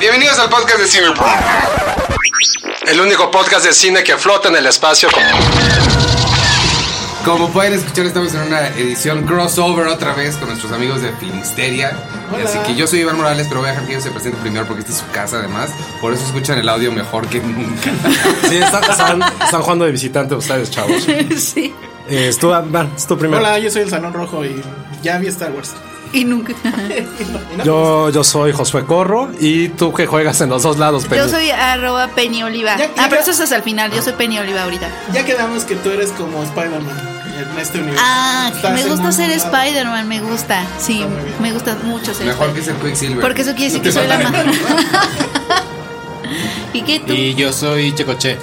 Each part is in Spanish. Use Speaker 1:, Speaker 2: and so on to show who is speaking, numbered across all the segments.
Speaker 1: Bienvenidos al podcast de Cine. El único podcast de cine que flota en el espacio. Como pueden escuchar, estamos en una edición crossover otra vez con nuestros amigos de Finisteria. Así que yo soy Iván Morales, pero voy a dejar que ellos se presenten primero porque esta es su casa además. Por eso escuchan el audio mejor que nunca.
Speaker 2: Sí, están, están- están jugando de visitante ustedes, chavos.
Speaker 3: Sí,
Speaker 2: Eh, es, tu, Ambar, es tu primero.
Speaker 4: Hola, yo soy el Salón Rojo y ya vi Star Wars.
Speaker 3: y nunca.
Speaker 2: Yo, yo soy Josué Corro y tú que juegas en los dos lados,
Speaker 3: Yo
Speaker 2: Penny.
Speaker 3: soy arroba Penny Oliva.
Speaker 4: Ya-
Speaker 3: Ah, pero eso es hasta el final. Yo soy Penny Oliva ahorita.
Speaker 4: Ya quedamos que tú eres como Spider-Man en este universo.
Speaker 3: Ah,
Speaker 4: Estás
Speaker 3: me
Speaker 4: en
Speaker 3: gusta
Speaker 4: un
Speaker 3: ser
Speaker 4: lado.
Speaker 3: Spider-Man, me gusta. Sí,
Speaker 4: Está muy bien.
Speaker 3: me gusta mucho ser
Speaker 1: Mejor
Speaker 3: Spider-Man.
Speaker 1: que ser Quicksilver.
Speaker 3: Porque eso quiere decir que soy la más. ¿Y qué tú?
Speaker 5: Y yo soy Checoche.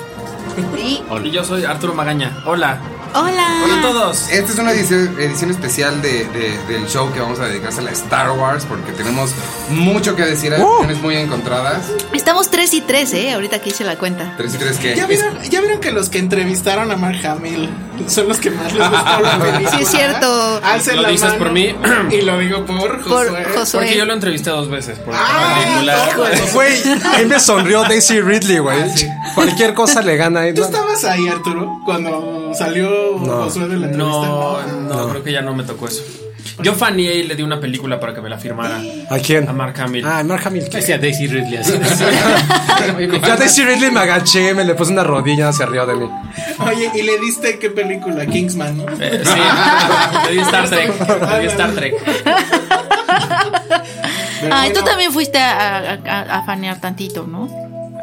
Speaker 3: Y-
Speaker 5: Y yo soy Arturo Magaña. Hola.
Speaker 3: Hola.
Speaker 5: Hola a todos.
Speaker 1: Esta es una edición, edición especial de- de- del show que vamos a dedicarse a la Star Wars porque tenemos mucho que
Speaker 4: Uh.
Speaker 1: decir, hay opiniones muy encontradas.
Speaker 3: Estamos 3 y 3, ¿eh? Ahorita que hice la cuenta.
Speaker 1: ¿Tres y tres qué?
Speaker 4: ¿Ya vieron, ya vieron que los que entrevistaron a Mark Hamill son los que más les gustó la película?
Speaker 3: Sí, es cierto.
Speaker 4: Alcen
Speaker 5: Lo
Speaker 4: la
Speaker 5: dices
Speaker 4: mano
Speaker 5: por mí.
Speaker 4: Y lo digo por
Speaker 3: Por
Speaker 4: Josué.
Speaker 3: Josué.
Speaker 5: Porque yo lo entrevisté dos veces. Por
Speaker 4: Ah,
Speaker 5: particular.
Speaker 4: no, Josué.
Speaker 2: Güey, ahí me sonrió Daisy Ridley, güey.
Speaker 4: Ah, sí.
Speaker 2: Cualquier cosa le gana. ¿eh? ahí,
Speaker 4: ¿Tú
Speaker 2: ¿no?
Speaker 4: estabas ahí, Arturo, cuando salió Josué de la entrevista?
Speaker 5: No, no, creo que ya no me tocó eso. Yo faneé y le di una película para que me la firmara.
Speaker 2: ¿A quién?
Speaker 5: A Mark Hamill.
Speaker 2: Ah, Mark Hamill. ¿qué?
Speaker 5: a Daisy Ridley así.
Speaker 2: Yo a Daisy Ridley me agaché, me le puse una rodilla, se rió de mí.
Speaker 4: Oye, ¿y le diste qué película? Kingsman, ¿no?
Speaker 5: Eh, sí, le di Star Trek. Le di Star Trek.
Speaker 3: Ay, Ah, tú también fuiste a, a- a- a fanear tantito, ¿no?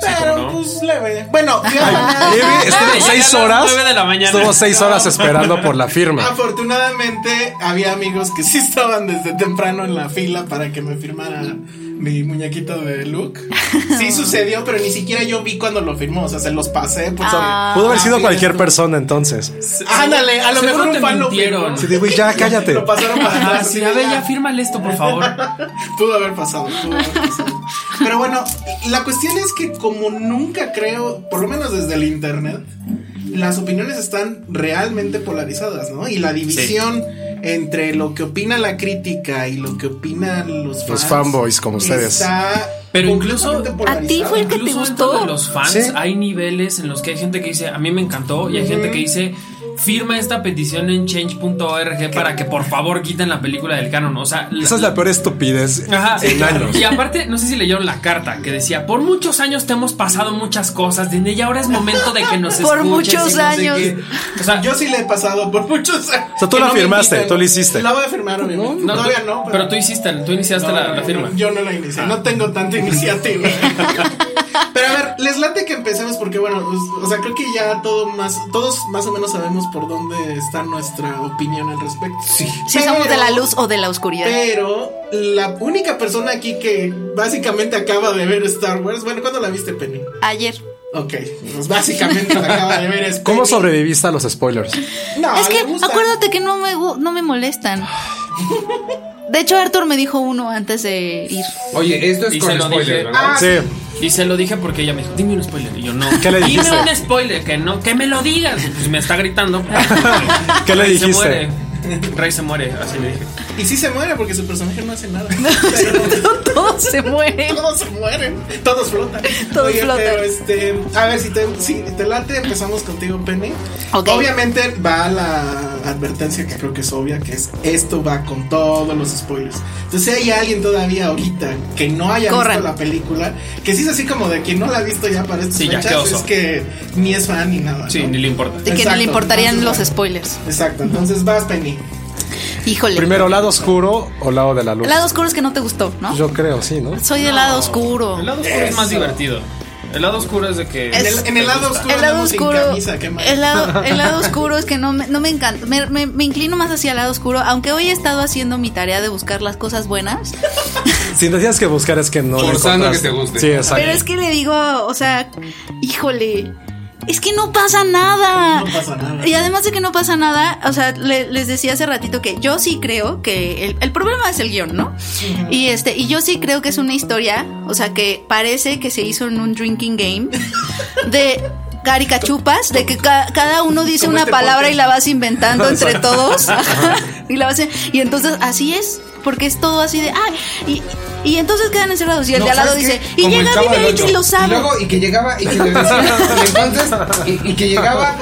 Speaker 4: Pero
Speaker 5: no.
Speaker 4: pues leve. Bueno, fíjate,
Speaker 2: Estuve
Speaker 5: Llegué
Speaker 2: seis
Speaker 5: a las
Speaker 2: horas.
Speaker 5: nueve de la mañana.
Speaker 2: Estuvo seis horas esperando por la firma.
Speaker 4: afortunadamente había amigos que sí estaban desde temprano en la fila para que me firmara mi muñequito de Luke. Sí sucedió, pero ni siquiera yo vi cuando lo firmó, o sea, se los pasé. Pues,
Speaker 3: Ah.
Speaker 2: Pudo haber sido cualquier persona entonces.
Speaker 4: Ándale, a lo
Speaker 5: Seguro
Speaker 4: mejor
Speaker 5: te
Speaker 4: un fan lo
Speaker 5: mintieron.
Speaker 4: firmó.
Speaker 2: Sí, güey, ya cállate.
Speaker 4: Lo pasaron para
Speaker 5: Ah,
Speaker 4: atrás.
Speaker 5: sí, a ver, ya fírmale esto, por favor.
Speaker 4: Pudo haber pasado, pudo haber pasado. Pero bueno, la cuestión es que como nunca creo, por lo menos desde el internet, las opiniones están realmente polarizadas, ¿no? Y la división entre lo que opina la crítica y lo que opinan los fans.
Speaker 2: Los fanboys como ustedes.
Speaker 4: Está
Speaker 5: Pero incluso-
Speaker 4: completamente
Speaker 3: A ti fue el que te
Speaker 5: Incluso
Speaker 3: gustó.
Speaker 5: dentro de los fans
Speaker 2: Sí.
Speaker 5: hay niveles en los que hay gente que dice, a mí me encantó, y hay gente que dice, firma esta petición en change.org para que por favor quiten la película del canon. O sea,
Speaker 2: Esa es la peor estupidez
Speaker 5: Ajá.
Speaker 2: en años.
Speaker 5: Y aparte, no sé si leyeron la carta que decía, por muchos años te hemos pasado muchas cosas, Disney, y ahora es momento de que nos
Speaker 3: Por
Speaker 5: escuches.
Speaker 3: muchos
Speaker 5: y no sé
Speaker 3: años.
Speaker 5: qué". O sea,
Speaker 4: Yo sí le he pasado por muchos años.
Speaker 2: O sea, tú
Speaker 4: que
Speaker 2: la
Speaker 4: no me
Speaker 2: firmaste,
Speaker 4: invitan.
Speaker 2: tú la hiciste.
Speaker 4: La voy a firmar, obviamente.
Speaker 5: no,
Speaker 4: Todavía
Speaker 5: tú-
Speaker 4: no.
Speaker 5: pero, tú hiciste, tú iniciaste
Speaker 4: No,
Speaker 5: la, la firma.
Speaker 4: Yo no la inicié, no tengo tanta iniciativa. Pero a ver, les late que empecemos porque bueno, pues, o sea, creo que ya todo más, todos más o menos sabemos por dónde está nuestra opinión al respecto. Sí.
Speaker 3: Si somos de la luz o de la oscuridad.
Speaker 4: Pero la única persona aquí que básicamente acaba de ver Star Wars, bueno, ¿cuándo la viste, Penny?
Speaker 3: Ayer.
Speaker 4: Ok, pues básicamente la acaba de ver es Penny.
Speaker 2: ¿Cómo sobreviviste a los spoilers?
Speaker 4: No,
Speaker 3: es
Speaker 4: le
Speaker 3: que
Speaker 4: gusta.
Speaker 3: acuérdate que no me, gu- no me molestan. De hecho, Arthur me dijo uno antes de ir.
Speaker 1: Oye, esto es
Speaker 5: Y se
Speaker 1: con
Speaker 5: lo dije.
Speaker 1: spoiler, ¿verdad?
Speaker 4: Ah.
Speaker 2: Sí.
Speaker 5: Y se lo dije porque ella me dijo, dime un spoiler. Y yo no.
Speaker 2: ¿Qué le dijiste?
Speaker 5: Dime un spoiler, que no, que me lo digas. Pues me está gritando.
Speaker 2: ¿Qué le
Speaker 5: Rey se
Speaker 2: dijiste?
Speaker 5: muere. Rey se muere, así le dije.
Speaker 4: Y sí se muere porque su personaje no hace nada.
Speaker 3: Todos se mueren.
Speaker 4: Todos se mueren, todos flotan.
Speaker 3: Todos flotan.
Speaker 4: Pero este, a ver si te, si te late, empezamos contigo, Penny.
Speaker 3: Ok.
Speaker 4: Obviamente va la advertencia que creo que es obvia, que es esto va con todos los spoilers. Entonces, si hay alguien todavía ahorita que no haya
Speaker 3: Corran.
Speaker 4: visto la película, que sí es así como de quien no la ha visto ya para estas
Speaker 5: Sí, ya, qué
Speaker 4: fechas,
Speaker 5: oso.
Speaker 4: es que ni es fan ni nada.
Speaker 5: Sí,
Speaker 4: ¿no?
Speaker 5: ni le importa.
Speaker 3: De que no
Speaker 4: Exacto,
Speaker 3: le importarían los
Speaker 4: entonces,
Speaker 3: spoilers.
Speaker 4: Exacto, entonces vas, Penny.
Speaker 3: Híjole.
Speaker 2: Primero, lado oscuro o lado de la luz.
Speaker 3: El lado oscuro es que no te gustó, ¿no?
Speaker 2: Yo creo, sí, ¿no?
Speaker 3: Soy del lado oscuro.
Speaker 5: El lado oscuro es más divertido. El lado oscuro es de que.
Speaker 3: Es-
Speaker 4: En el, en el lado oscuro,
Speaker 3: El lado
Speaker 4: andamos sin
Speaker 3: oscuro.
Speaker 4: camisa, qué mal.
Speaker 3: El lado, el lado oscuro es que no me, no me encanta. Me, me- me inclino más hacia el lado oscuro, aunque hoy he estado haciendo mi tarea de buscar las cosas buenas.
Speaker 2: Si te tienes que buscar es que no. lo
Speaker 1: Forzando
Speaker 2: encontraste.
Speaker 1: que te guste.
Speaker 2: Sí, exacto.
Speaker 3: Pero es que le digo, o sea, híjole. Es que no pasa nada.
Speaker 4: No pasa nada.
Speaker 3: Y además de que no pasa nada, o sea, le- les decía hace ratito que yo sí creo que el, el problema es el guión, ¿no? Y este, y yo sí creo que es una historia, o sea, que parece que se hizo en un drinking game de caricachupas, de que ca- cada uno dice
Speaker 4: Como
Speaker 3: una
Speaker 4: este
Speaker 3: palabra
Speaker 4: podcast.
Speaker 3: y la vas inventando entre todos. y la vas en- y entonces así es, porque es todo así de, ay, y, y entonces quedan encerrados y el
Speaker 1: No,
Speaker 3: de al lado
Speaker 1: ¿sabes
Speaker 3: dice,
Speaker 1: qué?
Speaker 3: y
Speaker 1: Como el
Speaker 3: llega
Speaker 1: Chavo
Speaker 3: Vivi
Speaker 1: del
Speaker 3: H y
Speaker 1: Ocho.
Speaker 3: lo sabe.
Speaker 1: Y luego, y que llegaba, y que le decía, y entonces, y, y que llegaba.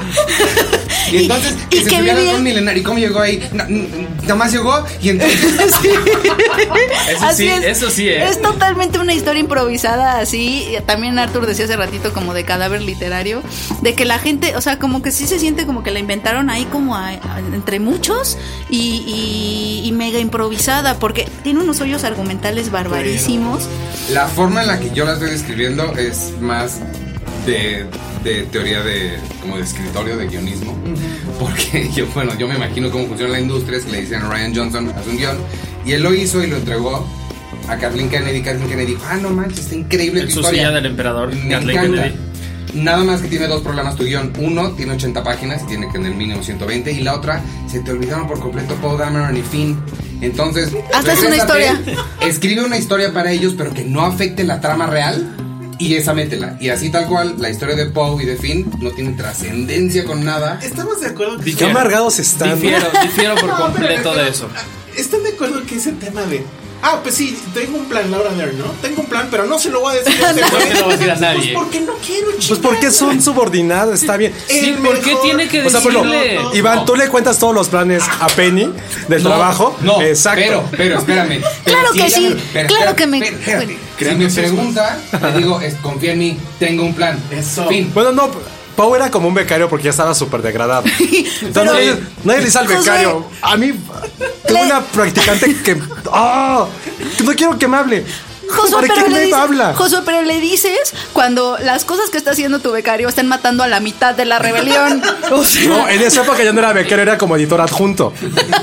Speaker 1: Y
Speaker 3: Y-
Speaker 1: entonces,
Speaker 3: y
Speaker 1: que se
Speaker 3: que
Speaker 1: subiera
Speaker 3: vivía-
Speaker 1: con un milenario. ¿Y cómo llegó ahí? Na- n- n- Nada más llegó, y entonces.
Speaker 5: Eso sí, eso sí, ¿eh?
Speaker 3: Es totalmente una historia improvisada así. También Arthur decía hace ratito como de cadáver literario, de que la gente, o sea, como que sí se siente como que la inventaron ahí como a- a- entre muchos y, y- y mega improvisada, porque tiene unos hoyos argumentales barbarísimos.
Speaker 1: La forma en la que yo la estoy describiendo es más de, de teoría de como de escritorio, de guionismo. Porque yo, bueno, yo me imagino cómo funciona la industria, es que le dicen a Ryan Johnson, haz un guión. Y él lo hizo y lo entregó a Kathleen Kennedy. Kathleen Kennedy dijo, ah, no manches, está increíble tu
Speaker 5: En su
Speaker 1: historia.
Speaker 5: silla del emperador,
Speaker 1: Me
Speaker 5: Kathleen
Speaker 1: encanta.
Speaker 5: Kennedy.
Speaker 1: Nada más que tiene dos problemas tu guión. Uno, tiene 80 páginas y tiene que tener mínimo 120. Y la otra, se te olvidaron por completo Paul Dameron y Finn. Entonces,
Speaker 3: Hazles una
Speaker 1: regrésate,
Speaker 3: historia.
Speaker 1: Escribe una historia para ellos, pero que no afecte la trama real. Y esa métela. Y así tal cual, la historia de Poe y de Finn no tiene trascendencia con nada.
Speaker 4: Estamos de acuerdo que
Speaker 2: Qué amargados están. ¿no?
Speaker 5: Difiero, difiero por
Speaker 4: No, pero-
Speaker 5: completo de eso.
Speaker 4: ¿Están de acuerdo que ese tema de. Ah, pues sí, tengo un plan, Laura Dern, ¿no? Tengo un plan, pero no se lo voy a decir. a
Speaker 5: No se lo voy a decir a
Speaker 4: Pues
Speaker 5: nadie.
Speaker 4: porque no quiero,
Speaker 2: Pues porque es un subordinado, está bien.
Speaker 5: Sí, ¿por qué tiene que
Speaker 2: O sea, por ejemplo,
Speaker 5: decirle?
Speaker 4: no, no.
Speaker 2: Iván, tú le cuentas todos los planes a Penny del
Speaker 1: No,
Speaker 2: trabajo.
Speaker 1: No,
Speaker 2: exacto.
Speaker 1: Pero, pero, espérame. Pero
Speaker 3: Claro que sí, claro que me-
Speaker 1: espérame, espérate.
Speaker 3: bueno.
Speaker 1: si me pregunta, le digo, es, confía en mí, tengo un plan.
Speaker 4: Eso.
Speaker 1: Fin.
Speaker 2: Bueno, no, Pau era como un becario porque ya estaba súper degradado. Entonces,
Speaker 3: Pero-
Speaker 2: nadie, nadie le dice al
Speaker 3: José-
Speaker 2: becario. A mí, tuve
Speaker 3: Le-
Speaker 2: una practicante que. ¡Ah! no quiero que me hable.
Speaker 3: Josué,
Speaker 2: ¿Para
Speaker 3: pero
Speaker 2: qué
Speaker 3: le
Speaker 2: me
Speaker 3: dices,
Speaker 2: habla?
Speaker 3: Josué, pero le dices cuando las cosas que está haciendo tu becario están matando a la mitad de la rebelión. O sea,
Speaker 2: No, en esa época ya no era becario, era como editor adjunto.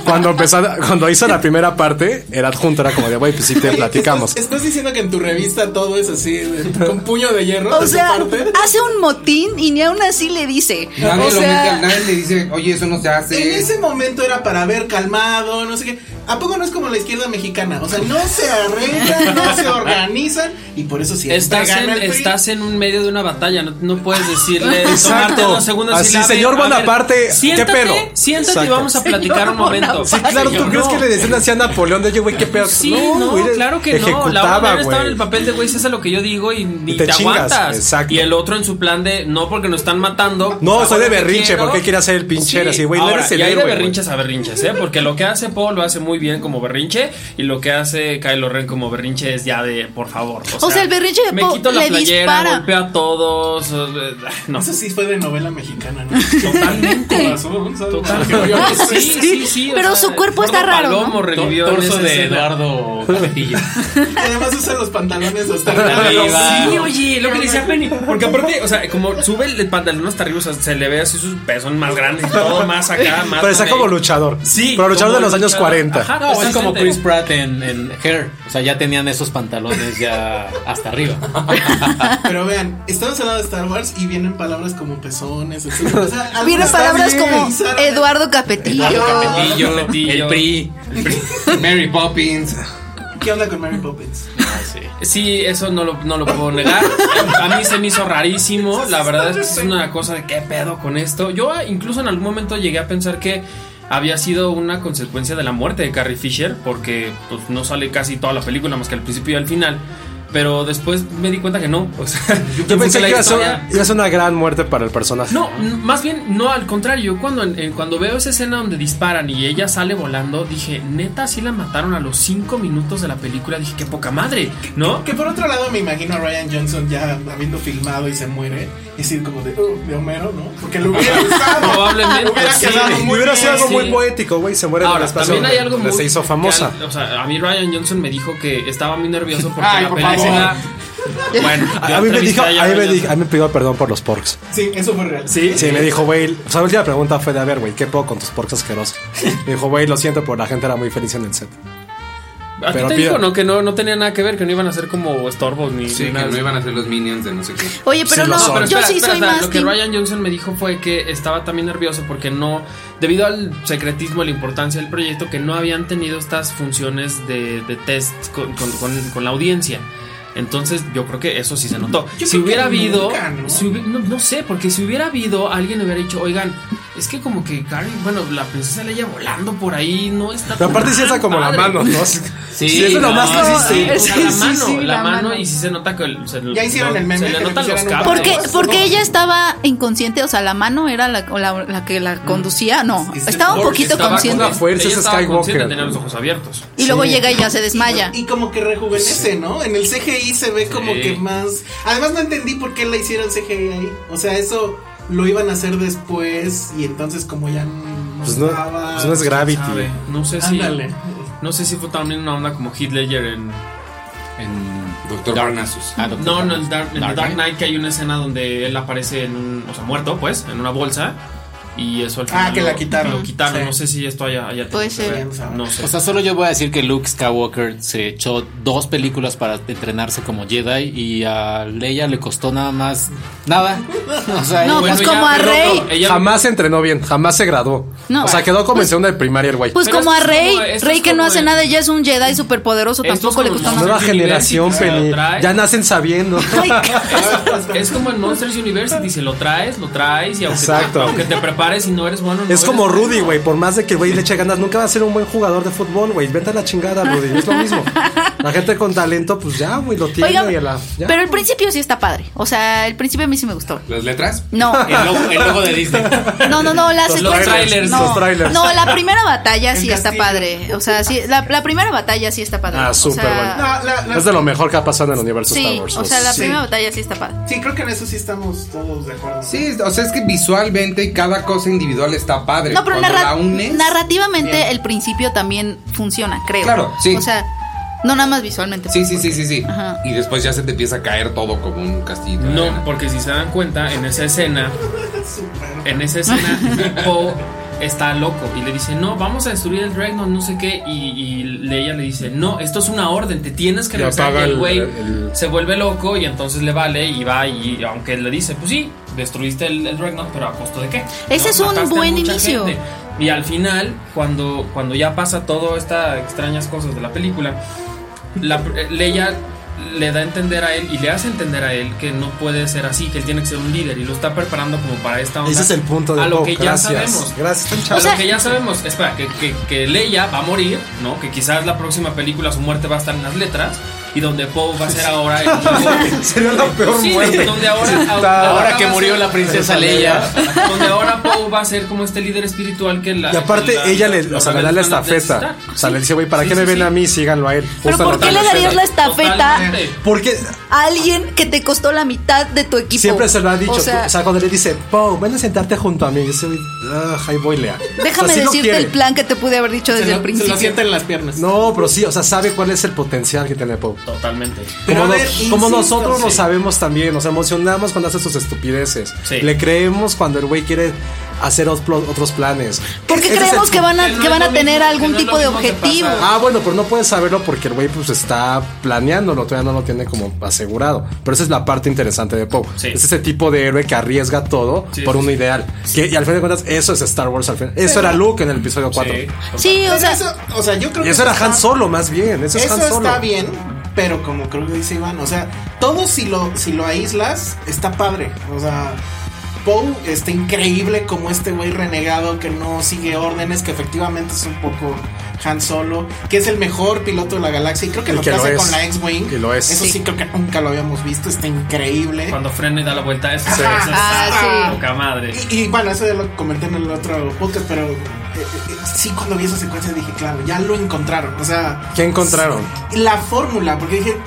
Speaker 2: Cuando empezó, cuando hizo la primera parte, era adjunto, era como de, güey, pues sí te platicamos.
Speaker 4: Estás, estás diciendo que en tu revista todo es así, de- con puño de hierro.
Speaker 3: o
Speaker 4: de su
Speaker 3: sea,
Speaker 4: parte?
Speaker 3: hace un motín y ni aún así le dice.
Speaker 1: Nadie
Speaker 3: o
Speaker 1: lo
Speaker 3: sea,
Speaker 1: mete, nadie le dice, oye, eso no se
Speaker 4: En
Speaker 1: hace.
Speaker 4: ese momento era para haber calmado, no sé qué. ¿A poco no es como la izquierda mexicana? O sea, no se arreglan, no se organizan y por eso sí.
Speaker 5: Estás en, estás en un medio de una batalla, no, no puedes decirle,
Speaker 2: Exacto.
Speaker 5: tomarte dos segundos y
Speaker 2: Así,
Speaker 5: decirle, a ver,
Speaker 2: señor
Speaker 5: a ver,
Speaker 2: Bonaparte, ¿qué
Speaker 5: siéntate,
Speaker 2: pedo?
Speaker 5: Siéntate y
Speaker 2: Exacto. Ah,
Speaker 5: vamos a platicar un
Speaker 3: Señor
Speaker 5: momento.
Speaker 3: Bonaparte.
Speaker 2: Claro, ¿tú
Speaker 5: Señor,
Speaker 2: crees
Speaker 5: no.
Speaker 2: que le decían así a Napoleón de, oye, güey, qué pedo?
Speaker 5: Sí, no,
Speaker 2: güey,
Speaker 5: claejutaba, claro que no. La
Speaker 2: Ejecutaba,
Speaker 5: otra estaba en
Speaker 2: güey.
Speaker 5: el papel de güey, si es lo que yo digo y ni
Speaker 2: Y te
Speaker 5: te,
Speaker 2: chingas,
Speaker 5: aguantas.
Speaker 2: exacto.
Speaker 5: Y el otro en su plan de no porque nos están matando.
Speaker 2: No,
Speaker 5: hago
Speaker 2: soy de
Speaker 5: lo que
Speaker 2: berrinche,
Speaker 5: quiero.
Speaker 2: porque quiere hacer el pinche, así, güey, no
Speaker 5: ahora,
Speaker 2: eres el
Speaker 5: y hay
Speaker 2: héroe,
Speaker 5: de
Speaker 2: güey.
Speaker 5: berrinches a berrinches, ¿eh? Porque lo que hace Paul lo hace muy bien como berrinche y lo que hace Kylo Ren como berrinche es ya de por favor. O sea,
Speaker 3: sea, el berrinche de
Speaker 5: me
Speaker 3: Paul
Speaker 5: quito la
Speaker 3: le
Speaker 5: playera,
Speaker 3: dispara.
Speaker 5: golpeo a todos. eh, No,
Speaker 4: Eso sí fue de novela mexicana, ¿no?
Speaker 5: totalmente.
Speaker 4: Corazón, ¿sabes?
Speaker 5: Totalmente. Sí, sí, sí. o
Speaker 3: Pero
Speaker 5: sea,
Speaker 3: su cuerpo está
Speaker 5: Gordo
Speaker 3: raro, ¿no?
Speaker 5: Palomo revivió en
Speaker 6: Torso
Speaker 5: esa
Speaker 6: de
Speaker 5: escena.
Speaker 6: Eduardo Capetillo.
Speaker 4: Y además usa los pantalones hasta
Speaker 6: Arriba.
Speaker 5: Sí, oye, lo que le decía Penny. Porque aparte, o sea, como sube el pantalón hasta arriba, o sea, se le ve así sus pezón más grandes y todo más acá, más.
Speaker 2: Pero está como luchador.
Speaker 5: Sí.
Speaker 2: Pero luchador de
Speaker 5: como
Speaker 2: los años
Speaker 5: luchador.
Speaker 2: 40.
Speaker 5: Ah, Ajá,
Speaker 2: No, es como
Speaker 5: precisamente.
Speaker 2: Chris Pratt en, en Hair. O sea, ya tenían esos pantalones ya hasta arriba.
Speaker 1: Pero vean, estamos hablando de Star Wars y vienen palabras como pezones, etc. O sea, algo
Speaker 3: Vienen
Speaker 1: está
Speaker 3: palabras
Speaker 1: bien.
Speaker 3: como
Speaker 1: Sara-
Speaker 3: Eduardo Capetillo.
Speaker 5: Ah,
Speaker 2: Capetillo, el PRI.
Speaker 7: Mary Poppins.
Speaker 1: ¿Qué onda con Mary Poppins?
Speaker 5: Sí, eso no lo, no lo puedo negar. A mí se me hizo rarísimo. La verdad es que es una cosa de qué pedo con esto. Yo ah, incluso en algún momento llegué a pensar que había sido una consecuencia de la muerte de Carrie Fisher, porque pues, no sale casi toda la película más que al principio y al final. Pero después me di cuenta que no. O sea,
Speaker 4: Yo pensé que
Speaker 5: la
Speaker 4: iba a, ser,
Speaker 5: historia-
Speaker 4: iba a ser una gran muerte para el personaje.
Speaker 5: no, n- más bien, no, al contrario. Yo cuando, en- en- cuando veo esa escena donde disparan y ella sale volando, dije, neta, sí la mataron a los cinco minutos de la película. Dije, qué poca madre, ¿no?
Speaker 1: Que por otro lado me imagino a Ryan Johnson ya habiendo filmado y se muere y decir como de, "Uh, de Homero, ¿no? Porque lo hubiera gustado.
Speaker 5: Probablemente,
Speaker 1: Hubiera
Speaker 5: sí.
Speaker 1: quedado
Speaker 4: Y
Speaker 1: muy
Speaker 4: hubiera
Speaker 1: bien.
Speaker 4: sido algo
Speaker 5: Ah, sí.
Speaker 4: muy poético, güey. Se muere en el
Speaker 5: Ahora,
Speaker 4: espacio.
Speaker 5: también hay algo
Speaker 4: donde
Speaker 5: muy.
Speaker 4: Se hizo famosa.
Speaker 5: que al- o sea, a mí Ryan Johnson me dijo que estaba muy nervioso porque
Speaker 7: Ay,
Speaker 5: la
Speaker 7: por
Speaker 5: película. Bueno,
Speaker 4: A,
Speaker 5: yo
Speaker 4: a mí me
Speaker 5: entrevisté
Speaker 4: dijo,
Speaker 5: a
Speaker 4: a mí me
Speaker 5: Ryan
Speaker 4: dijo, a mí me pidió perdón por los porks.
Speaker 1: Sí, eso fue real.
Speaker 4: Sí, me dijo, güey. O sea, la última pregunta fue de, a ver, güey, ¿qué puedo con tus porks asquerosos? Me dijo, güey, lo siento, pero la gente era muy feliz en el set.
Speaker 5: Johnson. A ti
Speaker 4: Pero
Speaker 5: te
Speaker 4: pido-
Speaker 5: dijo, ¿no? Que no, no tenía nada que ver, que no iban a ser como estorbos ni
Speaker 7: Sí,
Speaker 5: ni
Speaker 7: que
Speaker 5: nada.
Speaker 7: no iban a ser los minions de no sé qué.
Speaker 3: Oye, pero
Speaker 4: Sí, lo
Speaker 3: no,
Speaker 4: son.
Speaker 5: Pero
Speaker 3: yo
Speaker 5: espera,
Speaker 3: sí
Speaker 5: espera,
Speaker 3: soy
Speaker 5: espera,
Speaker 3: más
Speaker 5: Lo que
Speaker 3: team-
Speaker 5: Ryan Johnson me dijo fue que estaba también nervioso porque no, debido al secretismo, la importancia del proyecto, que no habían tenido estas funciones de, de test con, con- con- con la audiencia. Entonces yo creo que eso sí se notó.
Speaker 1: Yo
Speaker 5: si
Speaker 1: creo que
Speaker 5: hubiera habido,
Speaker 1: nunca, ¿no?
Speaker 5: si hubi- ¿no? no sé, porque si hubiera habido, alguien hubiera dicho, oigan, es que como que Carrie, bueno, la princesa Leia volando por ahí no está.
Speaker 4: Pero
Speaker 5: tan
Speaker 4: aparte sí está como la
Speaker 5: padre".
Speaker 4: mano, ¿no?
Speaker 2: Sí,
Speaker 4: Sí, eso es lo más que
Speaker 5: sí,
Speaker 4: hiciste.
Speaker 5: sí, o sea, la
Speaker 3: Sí, sí,
Speaker 5: mano,
Speaker 3: sí,
Speaker 5: la,
Speaker 3: la
Speaker 5: mano,
Speaker 3: mano.
Speaker 5: y si se nota que el- se,
Speaker 1: Ya hicieron
Speaker 5: no,
Speaker 1: el meme
Speaker 5: se
Speaker 1: que
Speaker 5: le
Speaker 1: le
Speaker 5: notan los
Speaker 1: pusieron un-
Speaker 5: cables.
Speaker 1: ¿Por
Speaker 3: Porque,
Speaker 1: Pero-
Speaker 3: porque ella estaba inconsciente, o sea, la mano era la, o la, la que
Speaker 4: Mm.
Speaker 3: la conducía, no,
Speaker 1: Es- es-
Speaker 3: estaba un
Speaker 5: Porque
Speaker 3: poquito
Speaker 5: estaba
Speaker 3: consciente.
Speaker 5: con-
Speaker 4: una fuerza,
Speaker 5: ella
Speaker 4: es
Speaker 5: estaba
Speaker 4: Skywalker.
Speaker 5: consciente, tenía los ojos abiertos.
Speaker 3: Y luego llega y ya se desmaya.
Speaker 1: Y como que rejuvenece, ¿no? En el CGI se ve como
Speaker 5: Sí.
Speaker 1: que más. Además, no entendí por qué la hicieron CGI ahí. O sea, eso lo iban a hacer después y entonces, como ya no.
Speaker 4: Pues no,
Speaker 1: estaba-
Speaker 4: pues no es Gravity.
Speaker 5: Sabe, No sé si.
Speaker 1: Ándale.
Speaker 5: No sé si fue también una onda como Heath Ledger en.
Speaker 2: En
Speaker 7: Doctor Parnassus.
Speaker 2: Ah, Doctor
Speaker 5: No, no, en
Speaker 2: Parnassus.
Speaker 5: Dark, en
Speaker 2: Dark
Speaker 5: Dark
Speaker 2: Knight.
Speaker 5: Knight que hay una escena donde él aparece en un. O sea, muerto, pues, en una bolsa. Y eso al final.
Speaker 1: que
Speaker 5: lo-
Speaker 1: la quitaron.
Speaker 5: Lo quitaron.
Speaker 1: Sí.
Speaker 5: No sé si esto haya. haya
Speaker 3: Puede
Speaker 5: tenido que
Speaker 3: ser.
Speaker 5: ver, No sé.
Speaker 2: O sea, solo yo voy a decir que Luke Skywalker se echó dos películas para entrenarse como Jedi y a Leia le costó nada más nada. O sea,
Speaker 3: No,
Speaker 2: y bueno,
Speaker 3: pues como a
Speaker 5: pero
Speaker 3: Rey.
Speaker 5: no, ella-
Speaker 4: Jamás se entrenó bien, jamás se graduó.
Speaker 3: No.
Speaker 4: o sea, quedó como en segunda de primaria el güey.
Speaker 3: Pues
Speaker 5: Pero
Speaker 3: como a
Speaker 5: esto es
Speaker 3: Rey,
Speaker 5: como- esto
Speaker 3: Rey
Speaker 5: es
Speaker 3: que no
Speaker 5: como
Speaker 3: hace
Speaker 5: de-
Speaker 3: nada, ella es un Jedi superpoderoso,
Speaker 5: Esto es
Speaker 3: tampoco le
Speaker 5: como
Speaker 3: gustó
Speaker 5: los
Speaker 3: nada.
Speaker 4: Nueva
Speaker 5: Monsters
Speaker 4: generación,
Speaker 5: University,
Speaker 4: Penny.
Speaker 5: lo traes.
Speaker 4: Ya nacen sabiendo.
Speaker 3: Ay,
Speaker 5: Es como en Monsters University, si lo traes, lo traes y aunque,
Speaker 4: Exacto.
Speaker 5: aunque te prepares y no eres bueno, no
Speaker 4: Es
Speaker 5: eres
Speaker 4: como
Speaker 5: bueno.
Speaker 4: Rudy, güey. Por más de que el güey le eche ganas, nunca va a ser un buen jugador de fútbol, güey. Vente a la chingada, Rudy. Es lo mismo. La gente con talento, pues ya, güey, lo tiene.
Speaker 3: oigan,
Speaker 4: y a la, ya.
Speaker 3: pero el principio sí está padre. O sea, el principio a mí sí me gustó.
Speaker 7: ¿Las letras?
Speaker 3: No,
Speaker 2: el logo, el logo de Disney.
Speaker 3: no, no, no, la
Speaker 5: Los
Speaker 3: secuencia-
Speaker 5: trailers,
Speaker 3: no,
Speaker 4: los trailers.
Speaker 3: no, la primera batalla
Speaker 1: El
Speaker 3: sí está
Speaker 1: castillo.
Speaker 3: padre. O sea, sí, la, la primera batalla sí está padre.
Speaker 4: Ah,
Speaker 3: O
Speaker 4: súper
Speaker 3: sea,
Speaker 4: bueno.
Speaker 1: No, la- la-
Speaker 4: Es de lo mejor que ha pasado en el universo Star
Speaker 3: Sí,
Speaker 4: Wars.
Speaker 3: o sea, la
Speaker 4: sí.
Speaker 3: primera batalla sí está padre.
Speaker 1: Sí, creo que en eso sí estamos todos de acuerdo.
Speaker 7: Sí, o sea, es que visualmente cada cosa individual está padre.
Speaker 3: No, pero
Speaker 7: Cuando
Speaker 3: narra-
Speaker 7: la unes.
Speaker 3: narrativamente el principio también funciona, creo.
Speaker 7: Claro, sí.
Speaker 3: O sea, no nada más visualmente.
Speaker 7: Sí,
Speaker 3: pues,
Speaker 7: sí, sí,
Speaker 3: porque-
Speaker 7: sí, sí.
Speaker 3: Ajá.
Speaker 7: Y después ya se te empieza a caer todo como un castillo. de
Speaker 5: No,
Speaker 7: arena.
Speaker 5: porque si se dan cuenta, en esa escena, en esa escena, Poe está loco y le dice, no, vamos a destruir el Dreadnought, no sé qué, y, y Leia le dice, no, esto es una orden, te tienes que
Speaker 4: Y
Speaker 5: regresar. Y
Speaker 4: apaga
Speaker 5: el
Speaker 4: el-
Speaker 5: güey
Speaker 4: el-
Speaker 5: se vuelve loco y entonces le vale y va y aunque le dice, pues sí, destruiste el, el Dreadnought, pero ¿a costo de qué?
Speaker 3: Ese es un
Speaker 5: Mataste a
Speaker 3: buen
Speaker 5: mucha
Speaker 3: inicio.
Speaker 5: gente. Y al final, cuando, cuando ya pasa todo estas extrañas cosas de la película, la, eh, Leia le da a entender a él y le hace entender a él que no puede ser así, que él tiene que ser un líder y lo está preparando como para esta onda.
Speaker 4: Ese es el punto de
Speaker 5: A lo
Speaker 4: Poe,
Speaker 5: que
Speaker 4: gracias.
Speaker 5: ya sabemos.
Speaker 4: Gracias, tan
Speaker 5: A
Speaker 4: chavo.
Speaker 3: O sea-
Speaker 5: lo que ya sabemos, espera, que, que, que Leia va a morir, ¿no? Que quizás la próxima película su muerte va a estar en las letras y donde Poe va a ser ahora el
Speaker 4: Sería la peor
Speaker 5: Sí,
Speaker 4: muerte.
Speaker 5: donde ahora,
Speaker 4: Está-
Speaker 2: Ahora que
Speaker 5: va a
Speaker 2: murió
Speaker 5: ser-
Speaker 2: la princesa Leia.
Speaker 5: donde ahora Poe va a ser como este líder espiritual que la
Speaker 4: Y aparte,
Speaker 5: la-
Speaker 4: ella le,
Speaker 5: los
Speaker 4: o sea, le da la
Speaker 5: rebeldes van a
Speaker 4: estafeta.
Speaker 5: necesitar.
Speaker 4: O sea, le dice, güey, ¿para
Speaker 5: Sí,
Speaker 4: qué me
Speaker 5: sí,
Speaker 4: ven
Speaker 5: sí.
Speaker 4: a mí? Síganlo a él. Justo
Speaker 3: Pero
Speaker 4: en
Speaker 3: ¿por
Speaker 4: la
Speaker 3: qué le
Speaker 4: otra
Speaker 3: darías
Speaker 4: escena.
Speaker 3: la estafeta
Speaker 5: Totalmente.
Speaker 4: Porque
Speaker 3: a alguien que te costó la mitad de tu equipo?
Speaker 4: siempre se lo ha dicho.
Speaker 3: O sea,
Speaker 4: o sea, cuando le dice, Poe, ven a sentarte junto a mí. Yo soy, ah, ahí voy, Lea.
Speaker 3: déjame
Speaker 4: O sea, sí lo
Speaker 3: decirte
Speaker 4: quiere.
Speaker 3: el plan que te pude haber dicho desde el principio.
Speaker 1: en las piernas.
Speaker 4: No, pero sí, o sea, sabe cuál es el potencial que tiene Poe.
Speaker 8: Totalmente.
Speaker 1: Pero
Speaker 4: como
Speaker 1: a
Speaker 4: nos-
Speaker 1: ver,
Speaker 4: como
Speaker 1: insisto,
Speaker 4: nosotros lo
Speaker 1: sí.
Speaker 4: sabemos también, nos emocionamos cuando hace sus estupideces.
Speaker 8: Sí.
Speaker 4: Le creemos cuando el güey quiere hacer otro- otros planes.
Speaker 3: Porque
Speaker 4: Ese es el
Speaker 3: creemos que van
Speaker 8: Que no
Speaker 3: a, que
Speaker 8: es
Speaker 3: van
Speaker 8: lo
Speaker 3: a tener
Speaker 8: mismo,
Speaker 3: algún
Speaker 8: que no es
Speaker 3: tipo
Speaker 8: lo
Speaker 3: de
Speaker 8: mismo que
Speaker 3: objetivo.
Speaker 8: pasa.
Speaker 4: Ah, bueno, pero no puedes saberlo porque el güey pues está planeándolo, todavía no lo tiene como asegurado. Pero esa es la parte interesante de Poe.
Speaker 8: Sí.
Speaker 4: Es ese tipo de héroe que arriesga todo
Speaker 8: Sí,
Speaker 4: por
Speaker 8: sí,
Speaker 4: un
Speaker 8: sí.
Speaker 4: ideal. Que, y al fin de cuentas, eso es Star Wars al fin. Eso era Luke en el episodio 4.
Speaker 8: Sí.
Speaker 3: Sí, o
Speaker 1: Pero
Speaker 3: sea,
Speaker 1: eso, o sea, yo creo
Speaker 4: Y
Speaker 1: que
Speaker 4: eso era
Speaker 1: está-
Speaker 4: Han Solo, más bien. Eso, es
Speaker 1: Eso
Speaker 4: Han
Speaker 1: está
Speaker 4: Solo.
Speaker 1: bien, pero como creo que dice Iván, o sea, todo si lo, si lo aíslas, está padre. O sea, Poe está increíble como este güey renegado que no sigue órdenes, que efectivamente es un poco Han Solo, que es el mejor piloto de la galaxia y creo que
Speaker 4: Y
Speaker 1: lo
Speaker 4: que
Speaker 1: que,
Speaker 4: lo
Speaker 1: hace
Speaker 4: es.
Speaker 1: con la X-Wing.
Speaker 4: Y lo es.
Speaker 1: Eso sí.
Speaker 3: Sí.
Speaker 1: creo que nunca lo habíamos visto, está increíble.
Speaker 8: Cuando frena y da la vuelta, eso, eso
Speaker 1: Ah,
Speaker 8: está
Speaker 3: sí.
Speaker 8: poca madre.
Speaker 1: Y, y, bueno, eso ya lo comenté en el otro podcast, pero eh, eh, sí cuando vi esa secuencia dije, claro, ya lo encontraron. O sea,
Speaker 4: ¿Qué encontraron?
Speaker 1: la fórmula, porque dije,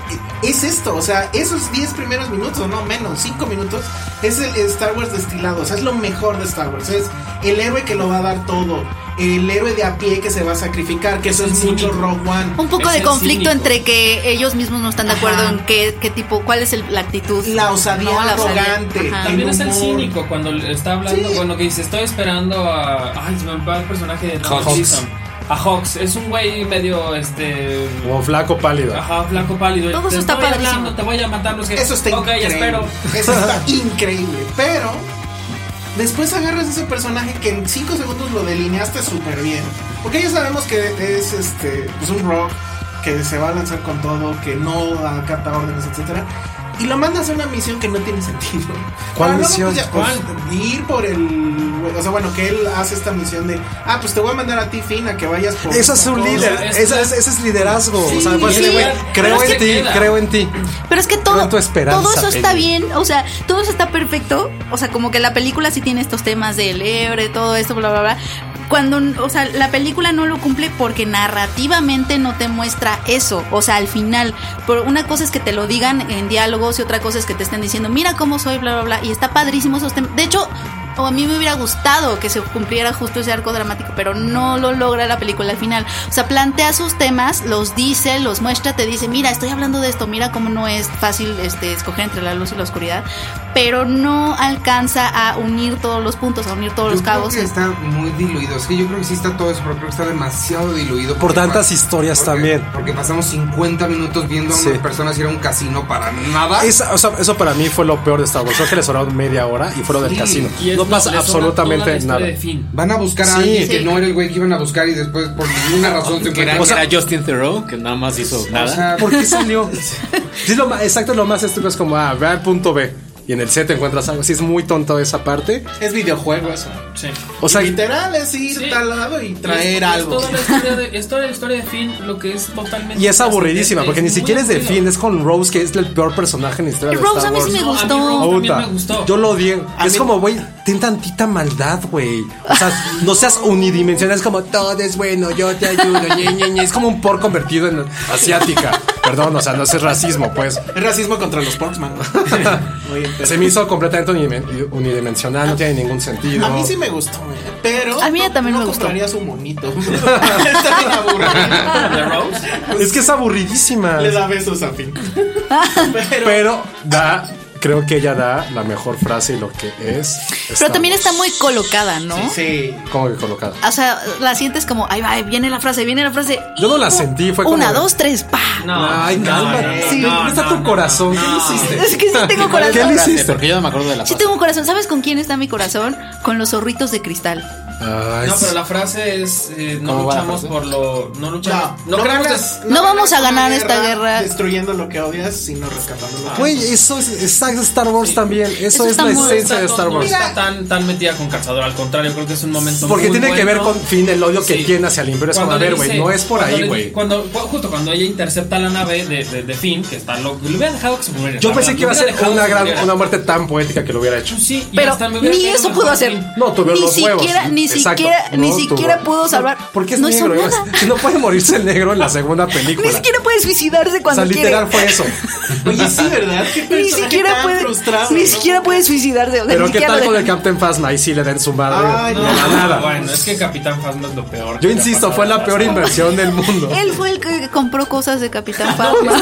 Speaker 1: es esto, o sea, esos 10 primeros minutos, no menos, 5 minutos, es el Star Wars destilado, o sea, es lo mejor de Star Wars, es el héroe que lo va a dar todo, el héroe de a pie que se va a sacrificar, que eso
Speaker 8: Es
Speaker 1: es
Speaker 8: el
Speaker 1: mucho
Speaker 8: cínico.
Speaker 1: Rogue One.
Speaker 3: un poco
Speaker 8: Es
Speaker 3: de
Speaker 8: el cínico.
Speaker 3: conflicto entre que ellos mismos no están de acuerdo
Speaker 1: Ajá.
Speaker 3: en qué, qué tipo, cuál es el- la actitud.
Speaker 1: La osadía
Speaker 3: No, la osadía.
Speaker 1: arrogante.
Speaker 3: Ajá.
Speaker 8: También es el
Speaker 1: humor.
Speaker 8: cínico cuando le está hablando,
Speaker 1: Sí.
Speaker 8: bueno, que dice, estoy esperando a... Ay, se me va el personaje de Tom
Speaker 4: Hawks.
Speaker 8: Gleason. A Hawks. Es un güey medio, este...
Speaker 4: Como flaco pálido.
Speaker 8: Ajá, flaco pálido.
Speaker 3: Todo eso
Speaker 8: Te
Speaker 3: está
Speaker 8: estoy
Speaker 3: padrísimo.
Speaker 8: hablando, Te voy a matar los que...
Speaker 1: Eso está
Speaker 8: Ok,
Speaker 1: increíble.
Speaker 8: espero.
Speaker 1: Eso está increíble. Pero después agarras ese personaje que en 5 segundos lo delineaste súper bien. Porque ya sabemos que es este pues un rock que se va a lanzar con todo, que no acata órdenes, etcétera. Y lo mandas a una misión que no tiene sentido.
Speaker 4: ¿Cuál
Speaker 1: Para luego,
Speaker 4: misión?
Speaker 1: pues, ya, pues, ir por el. O sea, bueno, que él hace esta misión de. Ah, pues te voy a mandar a ti, Fina, que vayas por.
Speaker 4: Eso es un
Speaker 1: por-
Speaker 4: líder,
Speaker 8: O sea, es-
Speaker 4: esa- es- ese es liderazgo. o sea, fue así de,
Speaker 3: sí.
Speaker 4: güey,
Speaker 8: Pero es
Speaker 4: creo en
Speaker 8: que
Speaker 4: ti,
Speaker 8: queda.
Speaker 4: creo en ti.
Speaker 3: Pero es que todo,
Speaker 4: Pronto esperanza,
Speaker 3: todo eso está
Speaker 4: Pedro.
Speaker 3: bien, o sea, todo eso está perfecto. O sea, como que la película sí tiene estos temas del héroe, todo esto, bla, bla, bla. Cuando, o sea, la película no lo cumple porque narrativamente no te muestra eso. O sea, al final, por una cosa es que te lo digan en diálogos y otra cosa es que te estén diciendo, mira cómo soy, bla, bla, bla. Y está padrísimo esos temas. De hecho, o a mí me hubiera gustado que se cumpliera justo ese arco dramático, pero no lo logra la película al final. O sea, plantea sus temas, los dice, los muestra, te dice, mira, estoy hablando de esto, mira cómo no es fácil este, escoger entre la luz y la oscuridad, pero no alcanza a unir todos los puntos, a unir todos
Speaker 9: Yo
Speaker 3: los
Speaker 9: creo
Speaker 3: cabos.
Speaker 9: que está muy diluido. Es que yo creo que sí está todo eso, pero creo que está demasiado diluido.
Speaker 4: Por
Speaker 9: porque
Speaker 4: tantas
Speaker 9: pa-
Speaker 4: historias
Speaker 9: porque-
Speaker 4: también.
Speaker 9: Porque pasamos 50 minutos viendo a
Speaker 4: Sí.
Speaker 9: unas personas ir a un casino para nada.
Speaker 4: Esa- o sea, eso para mí fue lo peor de Star Wars. Creo que le sobraron media hora y fueron del
Speaker 9: Sí,
Speaker 4: casino.
Speaker 8: Y es-
Speaker 4: No pasa
Speaker 8: le sobra toda la
Speaker 4: absolutamente
Speaker 8: historia
Speaker 4: nada.
Speaker 8: de Finn.
Speaker 9: Van a buscar a
Speaker 4: Sí.
Speaker 9: alguien que
Speaker 3: Sí.
Speaker 9: no era el güey que iban a buscar y después por ninguna razón se
Speaker 5: Que era,
Speaker 9: encuentran.
Speaker 5: que era Justin Theroux, que nada más hizo nada.
Speaker 9: o sea,
Speaker 4: ¿Por qué salió? Sí, lo más- exacto, lo más estúpido es como, ah, ve al punto B y en el C te encuentras algo. Sí, es muy tonto esa parte.
Speaker 1: Es videojuego eso.
Speaker 8: Sí.
Speaker 4: O sea,
Speaker 1: Literal es ir
Speaker 8: Sí.
Speaker 1: tal lado y
Speaker 8: Es-
Speaker 1: traer
Speaker 8: es
Speaker 1: algo.
Speaker 8: Toda la historia de, es toda la historia de Finn, lo que es totalmente.
Speaker 4: y es aburridísima porque ni
Speaker 8: muy
Speaker 4: siquiera es de
Speaker 8: aburrido.
Speaker 4: Finn, es con Rose, que es el peor personaje en la historia de
Speaker 3: Rose a
Speaker 4: Star
Speaker 3: mí sí
Speaker 4: Wars.
Speaker 3: me
Speaker 8: No, a mí
Speaker 3: gustó.
Speaker 8: Rose también
Speaker 4: Puta,
Speaker 8: me gustó.
Speaker 4: Yo lo odié.
Speaker 1: A
Speaker 4: Es
Speaker 1: mí-
Speaker 4: como, güey, ten tantita maldad, güey. O sea, no seas unidimensional. Es como, todo es bueno, yo te ayudo. ñe, ñe, ñe. Es como un por convertido en asiática. Perdón, o sea, no es racismo, pues.
Speaker 1: Es racismo contra los Portsman.
Speaker 4: Se me hizo completamente unidim- unidimensional, no tiene ningún sentido.
Speaker 1: A mí sí me gustó, eh, pero.
Speaker 3: A mí también
Speaker 1: no
Speaker 3: me gustó.
Speaker 1: compraría su monito. Está bien aburrido.
Speaker 8: ¿De Rose?
Speaker 4: Es que es aburridísima.
Speaker 1: Le da besos a Finn. Pero.
Speaker 4: Pero da, creo que ella da la mejor frase y lo que es.
Speaker 3: Pero también
Speaker 4: Star
Speaker 3: está
Speaker 4: Wars.
Speaker 3: muy colocada, ¿no?
Speaker 1: Sí.
Speaker 4: Como que colocada.
Speaker 3: O sea, la sientes como, ahí va, ahí viene la frase, viene la frase.
Speaker 4: Yo no la sentí, fue como-
Speaker 3: Una, dos, tres, pa.
Speaker 8: No.
Speaker 4: Ay,
Speaker 8: no,
Speaker 4: cálmate.
Speaker 8: no, no,
Speaker 4: Sí,
Speaker 8: no,
Speaker 4: ¿dónde está
Speaker 8: no,
Speaker 4: tu
Speaker 8: no,
Speaker 4: corazón?
Speaker 8: no.
Speaker 4: ¿Qué le hiciste?
Speaker 3: Es que sí tengo corazón.
Speaker 4: ¿Qué le
Speaker 5: Espérate,
Speaker 4: hiciste?
Speaker 5: Porque yo no me acuerdo de la
Speaker 3: Sí
Speaker 5: frase.
Speaker 3: tengo corazón. ¿Sabes con quién está mi corazón? Con los zorritos de cristal.
Speaker 4: Ay,
Speaker 8: No, pero la frase es: eh, No
Speaker 5: ¿Cómo va la
Speaker 8: luchamos
Speaker 5: frase?
Speaker 8: por lo. No
Speaker 1: No,
Speaker 8: luchamos.
Speaker 1: no,
Speaker 8: No queremos
Speaker 1: ganas-
Speaker 8: des-
Speaker 3: No vamos
Speaker 1: ganas
Speaker 3: a ganar
Speaker 1: una
Speaker 3: esta guerra.
Speaker 1: Destruyendo lo que odias, sino rescatando lo que
Speaker 4: Güey, eso es, es Star Wars también. Eso,
Speaker 3: Eso
Speaker 4: es
Speaker 3: está
Speaker 4: la
Speaker 3: muy-
Speaker 4: esencia de
Speaker 8: no,
Speaker 4: Star
Speaker 8: no
Speaker 4: Wars.
Speaker 8: está tan, tan metida con Cazador, al contrario, creo que es un momento
Speaker 4: Porque
Speaker 8: muy
Speaker 4: tiene que ver
Speaker 8: bueno.
Speaker 4: con Finn, el odio que
Speaker 8: Sí.
Speaker 4: tiene hacia el Imperio. Es como,
Speaker 8: Cuando le
Speaker 4: a ver, güey,
Speaker 8: dice-
Speaker 4: no es por
Speaker 8: cuando
Speaker 4: ahí,
Speaker 8: le-
Speaker 4: güey.
Speaker 8: Cuando, cu- justo cuando ella intercepta la nave de, de, de Finn, que está loco, le hubiera dejado que se muriera.
Speaker 4: Yo
Speaker 8: la
Speaker 4: pensé
Speaker 8: verdad,
Speaker 4: que iba a
Speaker 8: le hubiera
Speaker 4: ser
Speaker 8: dejado
Speaker 4: una
Speaker 8: que se
Speaker 4: gran
Speaker 8: muriera.
Speaker 4: una muerte tan poética que lo hubiera hecho.
Speaker 8: Sí, y
Speaker 3: Pero
Speaker 8: hasta me hubiera
Speaker 3: ni
Speaker 8: caído
Speaker 3: eso
Speaker 8: mejor
Speaker 3: pudo
Speaker 8: a
Speaker 3: hacer.
Speaker 8: Finn.
Speaker 4: No, tuvieron
Speaker 3: ni
Speaker 4: los huevos.
Speaker 3: siquiera, Ni
Speaker 10: Exacto.
Speaker 3: siquiera, ni
Speaker 10: No, tu-
Speaker 3: siquiera pudo salvar.
Speaker 10: Porque es
Speaker 3: no hizo
Speaker 10: negro. ¿eh?
Speaker 3: nada.
Speaker 10: No puede morirse el negro en la segunda película.
Speaker 3: Ni siquiera puede suicidarse
Speaker 10: o sea,
Speaker 3: cuando quiere.
Speaker 10: literal fue eso.
Speaker 4: Oye, sí, ¿verdad? ¿Qué
Speaker 3: Ni
Speaker 4: personaje
Speaker 3: siquiera
Speaker 4: tan
Speaker 3: puede,
Speaker 4: frustrado,
Speaker 3: ni
Speaker 4: ¿no?
Speaker 3: siquiera puede suicidarse. o sea,
Speaker 10: Pero
Speaker 3: ni
Speaker 10: qué
Speaker 3: siquiera
Speaker 10: tal
Speaker 3: lo
Speaker 10: con el
Speaker 3: dejan.
Speaker 10: Captain Phasma, ahí sí le den su madre.
Speaker 4: Ay,
Speaker 10: de
Speaker 4: no.
Speaker 10: la nada.
Speaker 1: Bueno, es que Capitán Phasma es lo peor.
Speaker 10: Yo insisto, fue la peor inversión del mundo.
Speaker 3: Él fue el que compró cosas de Capitán Phasma.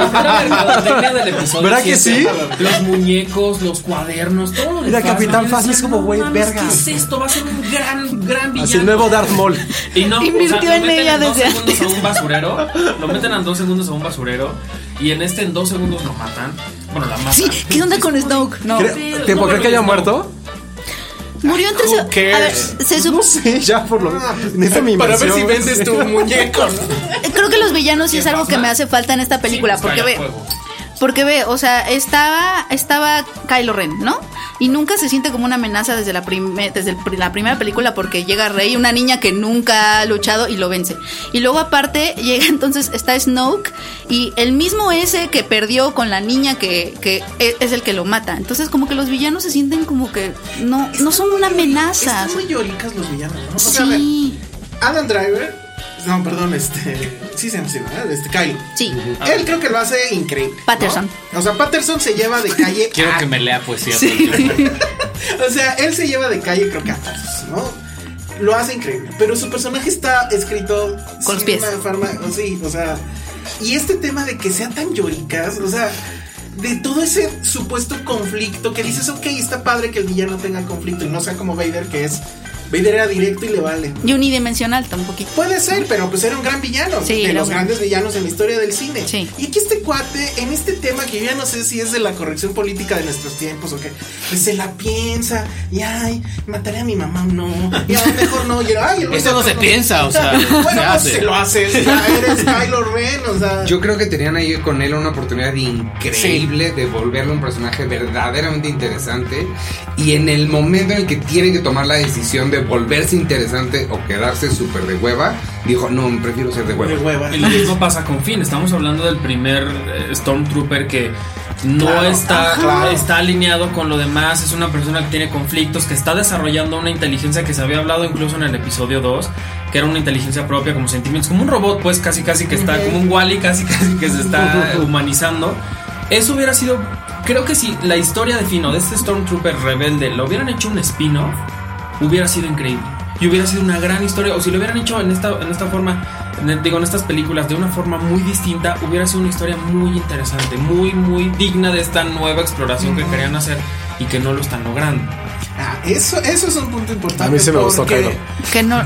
Speaker 1: ¿Verdad del episodio
Speaker 10: ¿Verdad que
Speaker 1: siete.
Speaker 10: sí?
Speaker 1: Los muñecos, los cuadernos, todo lo de
Speaker 10: Mira, Capitán Phasma es como,
Speaker 1: No
Speaker 10: güey,
Speaker 1: mames,
Speaker 10: verga.
Speaker 1: ¿Qué es esto? Va a ser un gran, gran villano.
Speaker 10: Así el nuevo Darth Maul.
Speaker 1: Y no,
Speaker 3: Invirtió
Speaker 1: lo
Speaker 3: en
Speaker 1: meten
Speaker 3: ella
Speaker 1: dos
Speaker 3: desde
Speaker 1: segundos
Speaker 3: antes.
Speaker 1: a un basurero. Lo meten en dos segundos a un basurero. Y en este en dos segundos lo matan. Bueno, la matan.
Speaker 3: Sí, ¿qué onda con Snoke? No.
Speaker 10: Cre- ¿Tiempo cree que haya muerto?
Speaker 3: Murió entre se- A ver, se sup-
Speaker 10: No sé, ya por lo Necesito mi
Speaker 4: Ah, Para ver
Speaker 10: inversión,
Speaker 4: si
Speaker 10: güey.
Speaker 4: vendes tu muñeco.
Speaker 3: Creo que los villanos sí es algo que me hace falta en esta película.
Speaker 1: Sí, pues,
Speaker 3: Porque
Speaker 1: calla
Speaker 3: ve,
Speaker 1: fuego.
Speaker 3: Porque ve, o sea, estaba, estaba Kylo Ren, ¿no? Y nunca se siente como una amenaza desde la, prime- desde el pri- la primera película porque llega Rey, una niña que nunca ha luchado y lo vence. Y luego aparte llega entonces, está Snoke y el mismo ese que perdió con la niña que, que e- es el que lo mata. Entonces como que los villanos se sienten como que no, no son una amenaza.
Speaker 4: Están muy lloricas los villanos, ¿no? O sea, a ver,
Speaker 3: Sí,
Speaker 4: Adam Driver. No, perdón, este. Sí, se llama, ¿verdad? Este, Kyle.
Speaker 3: sí.
Speaker 10: Ah.
Speaker 4: Él creo que lo hace increíble. ¿no?
Speaker 3: Patterson.
Speaker 4: O sea, Patterson se lleva de calle.
Speaker 5: Quiero
Speaker 4: a-
Speaker 5: que me lea poesía.
Speaker 4: O sea, él se lleva de calle, creo que a todos, ¿no? Lo hace increíble. Pero su personaje está escrito.
Speaker 3: Con los
Speaker 4: sin
Speaker 3: pies.
Speaker 4: una forma- o sí, o sea. Y este tema de que sean tan lloricas, o sea. De todo ese supuesto conflicto que dices, ok, está padre que el villano tenga conflicto y no sea como Vader, que es. Vader era directo y le vale.
Speaker 3: Y unidimensional un poquito.
Speaker 4: Puede ser, pero pues era un gran villano.
Speaker 3: Sí,
Speaker 4: de
Speaker 3: era
Speaker 4: los
Speaker 3: un-
Speaker 4: grandes villanos en la historia del cine.
Speaker 3: Sí.
Speaker 4: Y aquí este cuate, en este tema que yo ya no sé si es de la corrección política de nuestros tiempos o qué, pues se la piensa y ay, mataré a mi mamá, no. Y a mejor no. Y era, ay, el
Speaker 5: Eso no se piensa, o sea,
Speaker 4: Bueno,
Speaker 5: se
Speaker 4: pues,
Speaker 5: hace.
Speaker 4: se lo haces. Ya eres Kylo Ren, o sea.
Speaker 11: Yo creo que tenían ahí con él una oportunidad increíble de volverle un personaje verdaderamente interesante. Y en el momento en el que tienen que tomar la decisión de volverse interesante o quedarse súper de hueva, dijo: No, prefiero ser de hueva.
Speaker 4: de hueva.
Speaker 1: Y lo mismo pasa con Finn. Estamos hablando del primer eh, Stormtrooper que no
Speaker 4: Claro,
Speaker 1: está,
Speaker 4: ajá.
Speaker 1: está alineado con lo demás. Es una persona que tiene conflictos, que está desarrollando una inteligencia que se había hablado incluso en el episodio 2, que era una inteligencia propia, como sentimientos, como un robot, pues casi casi que está, como un Wally, casi casi que se está humanizando. Eso hubiera sido. Creo que si la historia de Fino, de este Stormtrooper rebelde, lo hubieran hecho un spin-off, hubiera sido increíble. Y hubiera sido una gran historia. O si lo hubieran hecho en esta, en esta forma, en- digo, en estas películas, de una forma muy distinta, hubiera sido una historia muy interesante, muy, muy digna de esta nueva exploración que querían hacer y que no lo están logrando.
Speaker 4: Ah, eso, eso es un punto importante.
Speaker 10: A mí sí me gustó
Speaker 4: porque-
Speaker 10: Kylo.
Speaker 3: Que no.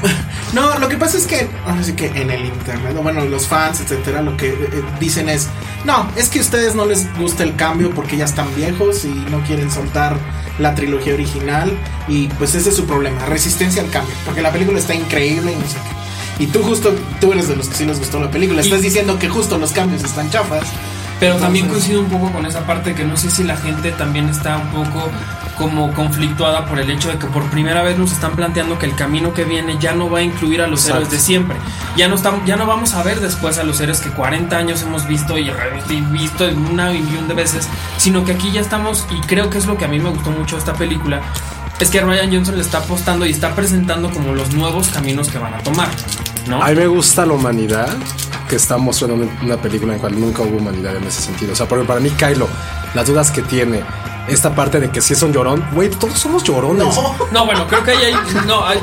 Speaker 4: No, lo que pasa es que, ahora sí que en el internet, o bueno, los fans, etcétera, lo que eh, eh, dicen es, no, es que a ustedes no les gusta el cambio porque ya están viejos y no quieren soltar la trilogía original y pues ese es su problema, resistencia al cambio, porque la película está increíble y no sé qué. Y tú justo, tú eres de los que sí les gustó la película,
Speaker 1: Y-
Speaker 4: estás diciendo que justo los cambios están chafas.
Speaker 1: Pero también
Speaker 4: Entonces-
Speaker 1: coincido un poco con esa parte que no sé si la gente también está un poco como conflictuada por el hecho de que por primera vez nos están planteando que el camino que viene ya no va a incluir a los
Speaker 10: Exacto.
Speaker 1: héroes de siempre. Ya no estamos, ya no vamos a ver después a los héroes que 40 años hemos visto y, revisto y visto en una y millón de veces, sino que aquí ya estamos y creo que es lo que a mí me gustó mucho de esta película. Es que Ryan Johnson le está apostando y está presentando como los nuevos caminos que van a tomar, ¿no?
Speaker 10: A mí me gusta la humanidad que está mostrando en una película en la cual nunca hubo humanidad en ese sentido. O sea, por ejemplo, para mí, Kylo, las dudas que tiene, esta parte de que si es un llorón, güey, todos somos llorones. No,
Speaker 1: No, bueno, creo que ahí hay, no, hay,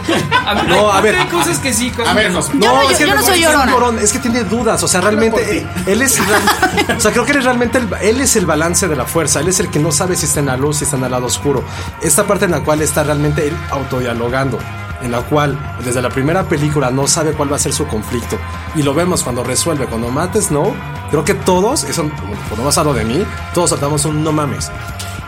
Speaker 1: a,
Speaker 10: No,
Speaker 1: hay-
Speaker 10: a ver.
Speaker 1: hay cosas que sí, cosas
Speaker 4: A ver,
Speaker 1: que
Speaker 4: nos-
Speaker 3: no- yo no
Speaker 10: es
Speaker 3: soy
Speaker 10: que es un
Speaker 3: llorona.
Speaker 10: llorón, es que tiene dudas. O sea,
Speaker 4: por
Speaker 10: realmente
Speaker 4: ti.
Speaker 10: eh, él es. real- o sea, creo que él es realmente el, él es el balance de la fuerza. Él es el que no sabe si está en la luz, si está en el lado oscuro. Esta parte en la cual está realmente él autodialogando. En la cual, desde la primera película, no sabe cuál va a ser su conflicto. Y lo vemos cuando resuelve, cuando mates, no. Creo que todos, eso, por lo más hablo de mí, todos saltamos un no mames.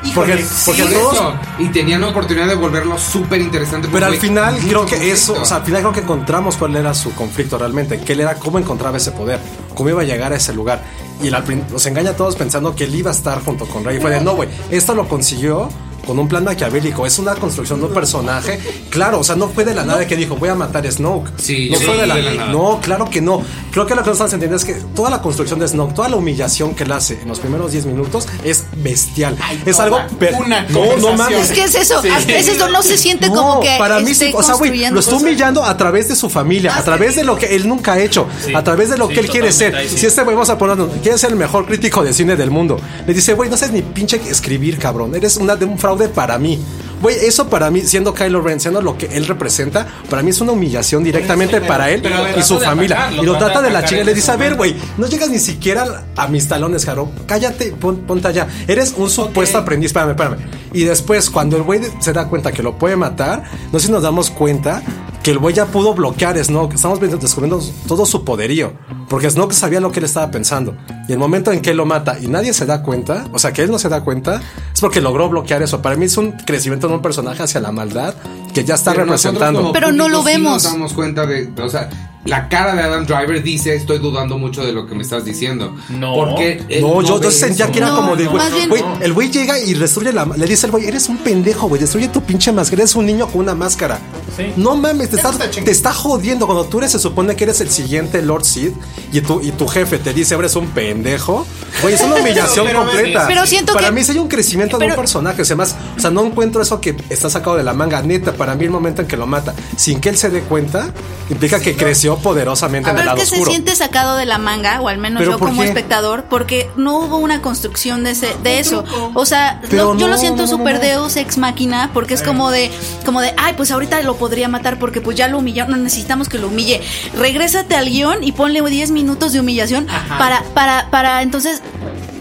Speaker 4: Híjole,
Speaker 10: porque porque
Speaker 11: Sí,
Speaker 10: todos,
Speaker 11: eso. Y tenían la oportunidad de volverlo súper interesante.
Speaker 10: pero al
Speaker 11: porque
Speaker 10: final
Speaker 11: mucho
Speaker 10: creo que
Speaker 11: conflicto.
Speaker 10: eso, o sea, al final creo que encontramos cuál era su conflicto realmente, que él era cómo encontraba ese poder, cómo iba a llegar a ese lugar. Y él al prin- nos engaña a todos pensando que él iba a estar junto con Rey. Fue de, no, güey, esto lo consiguió con un plan maquiavélico, es una construcción de un personaje. Claro, o sea, no fue de la nada que dijo, voy a matar a Snoke.
Speaker 11: Sí,
Speaker 10: no
Speaker 11: sí,
Speaker 10: fue de la,
Speaker 11: de la nada.
Speaker 10: No, claro que no.
Speaker 1: Creo que lo que no están entendiendo es que toda la construcción de Snoke, toda la humillación que él hace en los primeros 10 minutos es bestial. es algo. per-
Speaker 4: una
Speaker 1: no, no
Speaker 4: conversación.
Speaker 1: mames.
Speaker 3: Es que es eso, a veces no se siente
Speaker 1: No,
Speaker 3: como que
Speaker 1: para mí
Speaker 3: esté
Speaker 1: sí, o sea, güey,
Speaker 3: construyendo
Speaker 1: lo está
Speaker 3: cosas. Ah,
Speaker 1: humillando a través de su familia, a través de lo que él nunca ha hecho, a través de lo
Speaker 5: sí,
Speaker 1: que él quiere ser.
Speaker 5: totalmente, ahí sí.
Speaker 1: Si este güey vamos a ponerlo, quiere ser el mejor crítico de cine del mundo, le dice, güey, no sabes ni pinche escribir, cabrón, eres una de un fraude para mí. Güey, eso para mí, siendo Kylo Ren, siendo lo que él representa, para mí es una humillación directamente para él
Speaker 5: pero
Speaker 1: y su
Speaker 5: trata de
Speaker 1: familia.
Speaker 5: atacar, lo
Speaker 1: y lo
Speaker 5: trata
Speaker 1: trata
Speaker 5: de
Speaker 1: de la
Speaker 5: atacar
Speaker 1: chica y
Speaker 5: en
Speaker 1: le dice,
Speaker 5: ese
Speaker 1: a ver,
Speaker 5: momento.
Speaker 1: güey, no llegas ni siquiera a mis talones, Jaro. Cállate, pon- ponte allá. Eres un supuesto aprendiz. Espérame, espérame. Y después, cuando el güey se da cuenta que lo puede matar, no sé si nos damos cuenta que el güey ya pudo bloquear a Snoke. Estamos viendo- descubriendo todo su poderío. Porque Snoke sabía lo que él estaba pensando. Y el momento en que él lo mata y nadie se da cuenta, o sea, que él no se da cuenta, es porque logró bloquear eso. Para mí es un crecimiento de un personaje hacia la maldad que ya está
Speaker 12: Pero nosotros
Speaker 1: representando.
Speaker 12: como
Speaker 3: Pero no lo
Speaker 12: público sí
Speaker 3: vemos.
Speaker 12: nos damos cuenta de, o sea, la cara de Adam Driver dice, estoy dudando mucho de lo que me estás diciendo.
Speaker 5: No.
Speaker 12: Porque él
Speaker 1: No, yo
Speaker 12: ve
Speaker 1: yo sentía
Speaker 12: eso.
Speaker 1: que era
Speaker 3: No,
Speaker 1: como de
Speaker 3: no,
Speaker 1: güey.
Speaker 3: más bien-
Speaker 1: güey, El güey llega y destruye la. Le dice el güey, eres un pendejo, güey. Destruye tu pinche máscara. Eres un niño con una máscara.
Speaker 5: Sí.
Speaker 1: No mames, te
Speaker 4: Eso
Speaker 1: está,
Speaker 4: está chingón.
Speaker 1: te está jodiendo. Cuando tú eres, se supone que eres el siguiente Lord Sid y tu, y tu jefe te dice, eres un pendejo. Güey, es una humillación
Speaker 4: Pero- pero-
Speaker 1: completa.
Speaker 3: pero siento
Speaker 1: Para
Speaker 3: que-
Speaker 1: mí sí hay un crecimiento de
Speaker 3: pero-
Speaker 1: un personaje. O sea, más, o sea, no encuentro eso que está sacado de la manga. Neta, para mí el momento en que lo mata, sin que él se dé cuenta, implica que creció poderosamente en el
Speaker 3: Pero es
Speaker 1: lado
Speaker 3: que se
Speaker 1: oscuro.
Speaker 3: siente sacado de la manga, o al menos
Speaker 1: ¿Pero
Speaker 3: yo
Speaker 1: por
Speaker 3: como
Speaker 1: qué?
Speaker 3: espectador, porque no hubo una construcción de, ese, de eso. O sea,
Speaker 1: Pero
Speaker 3: lo- yo lo
Speaker 1: no,
Speaker 3: siento
Speaker 1: no, no,
Speaker 3: super
Speaker 1: no.
Speaker 3: deus ex máquina, porque es como de, como de, ay, pues ahorita lo podría matar porque pues ya lo humillaron, no necesitamos que lo humille. Regrésate al guión y ponle 10 minutos de humillación para, para, para entonces